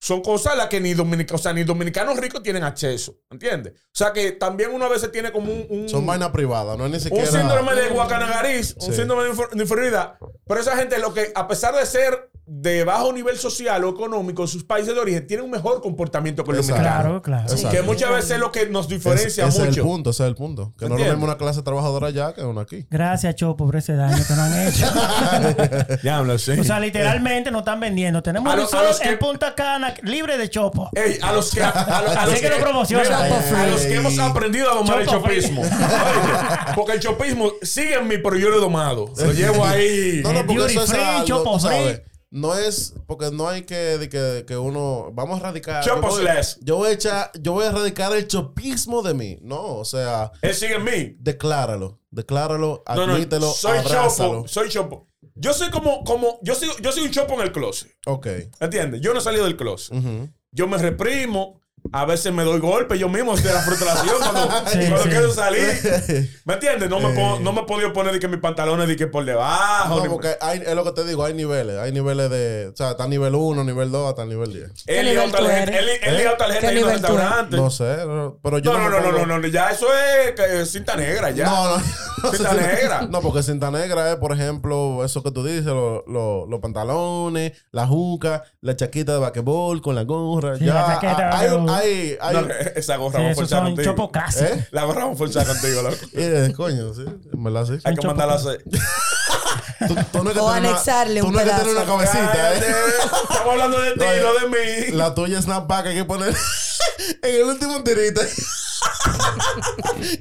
Speaker 2: son cosas a las que ni, dominica- o sea, ni dominicanos ricos tienen acceso, ¿entiendes? O sea que también uno a veces tiene como un... un-
Speaker 1: Son vaina privada, no es ni
Speaker 2: un
Speaker 1: siquiera.
Speaker 2: síndrome de guacanagariz,
Speaker 1: Sí.
Speaker 2: un síndrome de, infer- de inferioridad. Pero esa gente, lo que, a pesar de ser de bajo nivel social o económico en sus países de origen, tienen un mejor comportamiento que el
Speaker 1: Exacto.
Speaker 2: dominicano.
Speaker 4: Claro, claro.
Speaker 1: Exacto.
Speaker 2: Que muchas veces es lo que nos diferencia
Speaker 1: ese es el
Speaker 2: mucho.
Speaker 1: punto, ese es el punto. Que no es lo
Speaker 2: ¿Entiendes?
Speaker 1: mismo una clase trabajadora allá que una aquí.
Speaker 4: Gracias, Chopo, por ese daño que nos han hecho.
Speaker 1: [LAUGHS]
Speaker 2: Ya hablo, sí.
Speaker 4: o sea, literalmente nos están vendiendo. Tenemos
Speaker 2: A lo-
Speaker 4: un
Speaker 2: a los
Speaker 4: resort
Speaker 2: que-
Speaker 4: en Punta Cana libre de Chopo.
Speaker 1: Eh,
Speaker 2: Ey, a los que, a, a los- a los
Speaker 4: Así que lo promociona.
Speaker 2: Mira, a
Speaker 1: Ey.
Speaker 2: los que hemos aprendido a domar el
Speaker 4: Chopo free.
Speaker 2: chopismo. Oye, porque el chopismo sigue en mí, pero yo lo he domado.
Speaker 1: [LAUGHS]
Speaker 2: Lo llevo ahí.
Speaker 1: No, no,
Speaker 4: Eh,
Speaker 1: porque
Speaker 4: duty
Speaker 1: eso es
Speaker 4: free,
Speaker 1: algo,
Speaker 4: chopo
Speaker 1: tú
Speaker 4: free.
Speaker 1: sabes, No es porque no hay que de que, que uno vamos a erradicar. Yo
Speaker 2: Chopos
Speaker 1: voy,
Speaker 2: less.
Speaker 1: yo voy a echar, yo voy a erradicar el chopismo de mí. No, o sea,
Speaker 2: Él sigue en mí.
Speaker 1: decláralo, decláralo,
Speaker 2: No, no,
Speaker 1: admítelo,
Speaker 2: soy
Speaker 1: abrázalo.
Speaker 2: chopo, soy chopo. Yo soy como, como, yo soy, yo soy un chopo en el closet,
Speaker 1: Ok.
Speaker 2: ¿entiendes? Yo no he salido del closet.
Speaker 1: Ujú.
Speaker 2: Yo me reprimo, a veces me doy golpes yo mismo de la frustración cuando,
Speaker 4: Sí,
Speaker 2: cuando
Speaker 4: sí.
Speaker 2: quiero salir. ¿Me entiendes? No me, puedo- no me he podido poner de que mis pantalones de que por debajo.
Speaker 1: No,
Speaker 2: ni-
Speaker 1: porque hay- es lo que te digo, hay niveles, hay niveles de, o sea, está nivel 1, nivel 2, hasta nivel 10.
Speaker 2: Él
Speaker 3: ¿Qué
Speaker 2: ligado a
Speaker 3: nivel
Speaker 2: la
Speaker 3: tú
Speaker 2: gente,
Speaker 3: eres?
Speaker 2: él- él ligado a la gente
Speaker 3: ¿Qué
Speaker 2: en los
Speaker 3: nivel tú eres?
Speaker 2: restaurantes.
Speaker 1: No sé, no, pero yo
Speaker 2: No, no, no, no,
Speaker 1: me
Speaker 2: no,
Speaker 1: pongo-
Speaker 2: no, ya eso es eh, cinta negra, ya.
Speaker 1: No, no. [LAUGHS] no
Speaker 2: Cinta negra.
Speaker 1: No, porque cinta negra es, por ejemplo, eso que tú dices, lo- lo- los pantalones, la juca, la chaquita de basquetbol con la gorra.
Speaker 4: Sí,
Speaker 1: ya,
Speaker 4: la chaqueta de
Speaker 1: ah, hay, un-
Speaker 4: basquetbol.
Speaker 1: hay, hay,
Speaker 2: No, [LAUGHS] esa gorra
Speaker 4: Sí,
Speaker 2: vamos a
Speaker 4: esos
Speaker 2: forzar
Speaker 4: son
Speaker 2: contigo.
Speaker 4: Chopo casi.
Speaker 1: ¿Eh?
Speaker 2: La gorra vamos a forzar contigo, loco.
Speaker 1: Eh, coño, sí, en verdad sí.
Speaker 2: Hay que
Speaker 4: chopo
Speaker 2: mandarla a hacer.
Speaker 1: Tú, tú no es que
Speaker 3: O
Speaker 1: tener una-
Speaker 3: anexarle
Speaker 1: tú
Speaker 3: un
Speaker 1: no es que tener una
Speaker 3: pedazo.
Speaker 1: cabecita,
Speaker 2: Cállate,
Speaker 1: ¿eh?
Speaker 2: Estamos hablando de ti,
Speaker 1: Oye,
Speaker 2: no de
Speaker 1: [LAUGHS]
Speaker 2: mí.
Speaker 1: La tuya snapback hay que poner [LAUGHS] en el último tirito. [LAUGHS]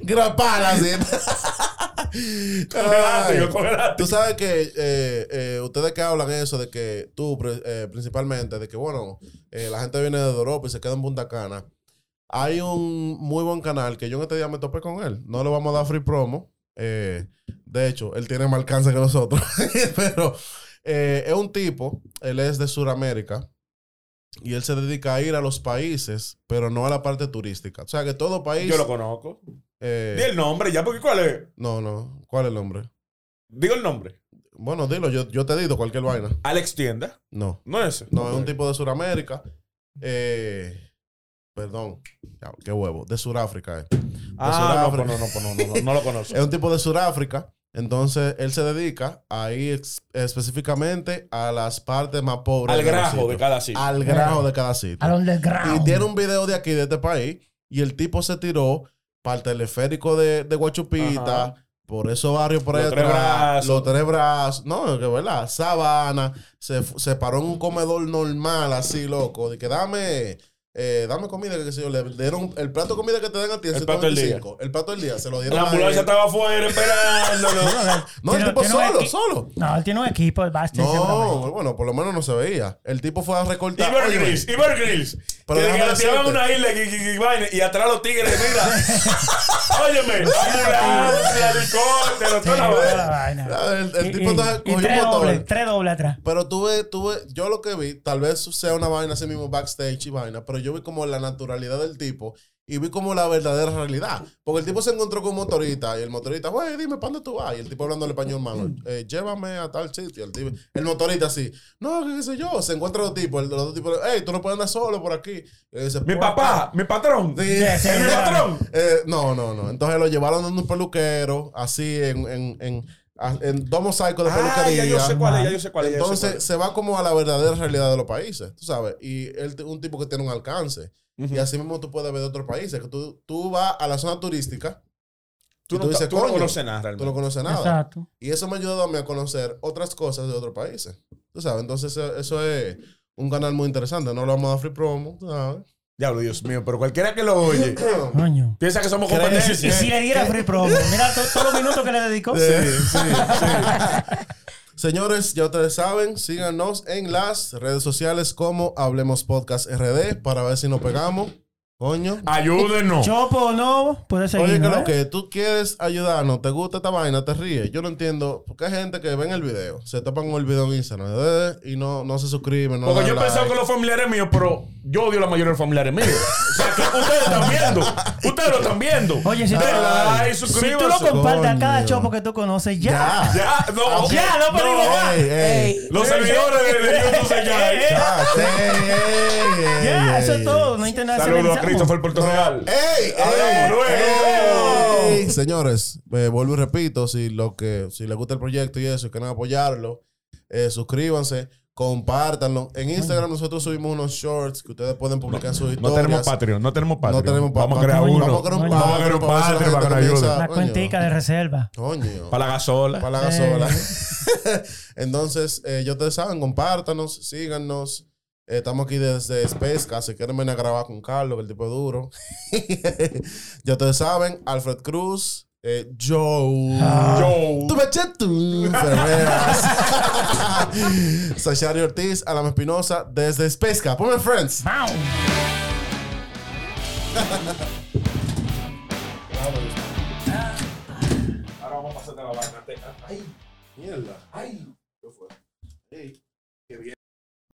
Speaker 1: Grapala, así.
Speaker 2: Congelate, yo
Speaker 1: Ay.
Speaker 2: congelate.
Speaker 1: Tú sabes que eh, eh, ustedes que hablan eso de que tú pre- eh, principalmente, de que bueno, eh, la gente viene de Europa y se queda en Punta Cana. Hay un muy buen canal que yo en este día me topé con él. No le vamos a dar free promo. eh, de hecho, él tiene más alcance que nosotros. [LAUGHS] Pero eh, es un tipo, él es de Sudamérica. Y él se dedica a ir a los países, pero no a la parte turística. O sea que todo país.
Speaker 2: Yo lo conozco.
Speaker 1: eh,
Speaker 2: Di el nombre ya, porque ¿cuál es?
Speaker 1: no, no. ¿Cuál es el nombre?
Speaker 2: Digo el nombre.
Speaker 1: Bueno, dilo, yo, yo te digo cualquier vaina.
Speaker 2: Alex Tienda.
Speaker 1: No.
Speaker 2: No es ese.
Speaker 1: No, es un tipo de Sudamérica. Eh, perdón, Ya, qué huevo, de Sudáfrica. eh.
Speaker 2: Ah, no,
Speaker 1: Sudáfrica.
Speaker 2: no, no, no, no, no, no
Speaker 1: [LAUGHS]
Speaker 2: lo conozco.
Speaker 1: Es un tipo de Sudáfrica. Entonces, él se dedica a ir ex- específicamente a las partes más pobres.
Speaker 2: Al
Speaker 1: de cada
Speaker 2: grajo
Speaker 1: sitio.
Speaker 2: de cada sitio.
Speaker 1: Al grajo de cada sitio.
Speaker 4: Al underground.
Speaker 1: Y tiene un video de aquí, de este país, y el tipo se tiró para el teleférico de, de Guachupita,
Speaker 2: Ajá.
Speaker 1: por esos barrios por ahí
Speaker 2: Los Tres
Speaker 1: atrás,
Speaker 2: Brazos.
Speaker 1: los tres brazos, no, que verdad, Sabana, se, fu- se paró en un comedor normal, así, loco, de que dame... eh, dame comida, que sé yo, le dieron el plato de comida que te dan a ti, el,
Speaker 2: El plato del día.
Speaker 1: El plato del día, se lo dieron.
Speaker 2: La
Speaker 1: a
Speaker 2: ambulancia
Speaker 1: él.
Speaker 2: estaba afuera esperándonos.
Speaker 1: eh. [LAUGHS]
Speaker 4: [LAUGHS]
Speaker 1: No, el
Speaker 4: Tiene-
Speaker 1: tipo
Speaker 4: tiene un
Speaker 1: solo,
Speaker 4: equi-
Speaker 1: solo.
Speaker 4: No, él tiene un equipo, el Basti. seguramente.
Speaker 1: No, bueno, por lo menos no se veía. El tipo fue a recortar.
Speaker 2: Iber
Speaker 1: Óyeme,
Speaker 2: Grills, Iber Grills.
Speaker 1: Pero
Speaker 2: Desde que
Speaker 1: déjame
Speaker 2: lo tiraban a
Speaker 1: decirte.
Speaker 2: una isla y, y- y vaina, y atrás los
Speaker 1: [LAUGHS]
Speaker 2: tigres, mira. Óyeme, ambulancia, helicóptero,
Speaker 4: Sí,
Speaker 2: toda la
Speaker 4: toda
Speaker 2: vaina.
Speaker 4: la vaina.
Speaker 1: Ah, el- el
Speaker 4: Y-
Speaker 1: tipo
Speaker 4: y-
Speaker 1: entonces
Speaker 4: y
Speaker 1: cogió un
Speaker 4: tres
Speaker 1: motor.
Speaker 4: dobles, tres dobles atrás.
Speaker 1: Pero tuve, tuve, yo lo que vi, tal vez sea una vaina así mismo backstage y vaina, pero yo vi como la naturalidad del tipo y vi como la verdadera realidad. Porque el tipo se encontró con un motorista y el motorista, güey, dime, ¿para dónde tú vas? Y el tipo hablando el español
Speaker 2: Mm.
Speaker 1: malo, "Eh, llévame a tal sitio. El, tipo- el motorista así, no, qué sé yo, se encuentra otro tipo, el otro tipo, hey, tú no puedes andar solo por aquí. Y él dice,
Speaker 2: Mi
Speaker 1: "Por
Speaker 2: papá,
Speaker 1: acá".
Speaker 2: mi patrón.
Speaker 1: Sí.
Speaker 4: Sí, sí,
Speaker 2: Es mi
Speaker 4: claro.
Speaker 2: patrón.
Speaker 1: Eh, no, no, no. Entonces lo llevaron a un peluquero, así, en, en, en, a- en dos mosaicos de
Speaker 2: Ah,
Speaker 1: peluquería.
Speaker 2: ya yo sé cuál es, ya yo sé cuál es. ya yo sé
Speaker 1: Entonces
Speaker 2: cuál es.
Speaker 1: se va como a la verdadera realidad de los países, tú sabes. Y él es un tipo que tiene un alcance. Y así mismo tú puedes ver de otros países. Que tú, tú vas a la zona turística,
Speaker 2: tú,
Speaker 1: y
Speaker 2: no,
Speaker 1: tú dices,
Speaker 2: tú no
Speaker 1: coño,
Speaker 2: conoces nada
Speaker 1: tú
Speaker 2: realmente.
Speaker 1: no conoces nada.
Speaker 4: Exacto.
Speaker 1: Y eso me ha ayudado a mí a conocer otras cosas de otros países. Tú sabes, entonces eso, eso es un canal muy interesante. No lo vamos a dar free promo, tú ¿sabes?
Speaker 2: Diablo, Dios mío, pero cualquiera que lo
Speaker 1: [CLEARS THROAT]
Speaker 2: oye
Speaker 4: Coño. Pues,
Speaker 2: piensa que somos
Speaker 1: ¿Cree?
Speaker 2: competencia.
Speaker 1: Sí,
Speaker 4: Y si le diera free promo, mira to- todos los minutos que le dedicó.
Speaker 1: sí, sí. [LAUGHS] Señores, ya ustedes saben, síganos en las redes sociales como Hablemos Podcast RD para ver si nos pegamos. Coño.
Speaker 2: Ayúdenos.
Speaker 4: Chopo o no, puede seguir.
Speaker 1: Oye, que lo
Speaker 4: ¿eh?
Speaker 1: que tú quieres ayudarnos, te gusta esta vaina, te ríes. Yo no entiendo porque hay gente que ven el video, se topan con el video en Instagram eh, y no, no se suscriben. No
Speaker 2: Porque
Speaker 1: dan
Speaker 2: yo
Speaker 1: like.
Speaker 2: pensaba que los familiares míos, pero yo odio la mayoría de los familiares míos. O sea, que ustedes están viendo. Ustedes lo están viendo.
Speaker 4: Oye, si tú-
Speaker 2: Denle like,
Speaker 4: Si tú lo
Speaker 2: suscríbanse.
Speaker 4: compartes a
Speaker 1: Coño.
Speaker 4: cada chopo que tú conoces, ya.
Speaker 2: Ya, no. Eh,
Speaker 4: Ya, no, pero
Speaker 2: no.
Speaker 4: digo, ya.
Speaker 1: Ey, ey.
Speaker 3: Ey.
Speaker 2: Los servidores de, de YouTube se llaman.
Speaker 1: Ah, sí, ey, ey,
Speaker 4: Ya,
Speaker 1: ey,
Speaker 4: eso es
Speaker 1: ey.
Speaker 4: todo. No internacionalizamos.
Speaker 2: Saludos a Christopher Puerto Real.
Speaker 1: ¡Ey!
Speaker 2: Hablamos luego.
Speaker 1: ¡Ey! ey. Señores, eh, vuelvo y repito, si lo que, si les gusta el proyecto y eso, y quieren apoyarlo, eh, suscríbanse, compártanlo. En Instagram nosotros subimos unos shorts que ustedes pueden publicar en sus
Speaker 2: No
Speaker 1: historias.
Speaker 2: tenemos Patreon, no tenemos Patreon.
Speaker 1: tenemos pa-
Speaker 2: Vamos a crear
Speaker 1: pa-
Speaker 2: uno.
Speaker 1: Vamos a crear un
Speaker 4: Vamos
Speaker 2: a crear
Speaker 1: Patreon
Speaker 2: un
Speaker 1: para ver si
Speaker 2: Patreon
Speaker 1: la
Speaker 2: para
Speaker 1: gente
Speaker 2: que nos ayude.
Speaker 1: comienza-
Speaker 4: La
Speaker 1: Coño.
Speaker 4: cuentica de reserva.
Speaker 1: Coño.
Speaker 2: Para la gasola.
Speaker 1: Para la gasola. [LAUGHS] Entonces, eh, ya ustedes saben, compártanos, síganos. Eh, estamos aquí desde Spesca. Si quieren venir a grabar con Carlos, que el tipo es duro. [LAUGHS] ya ustedes saben, Alfred Cruz, eh, Joe.
Speaker 2: Yo.
Speaker 1: Tu machetu, [LAUGHS] Ferreras. Sashari Ortiz, Alama Espinosa, desde Spesca. Ponme friends.
Speaker 4: ¡Pam!
Speaker 2: Ahora vamos a pasar de la vaina. Ay,
Speaker 1: Mierda.
Speaker 2: ay.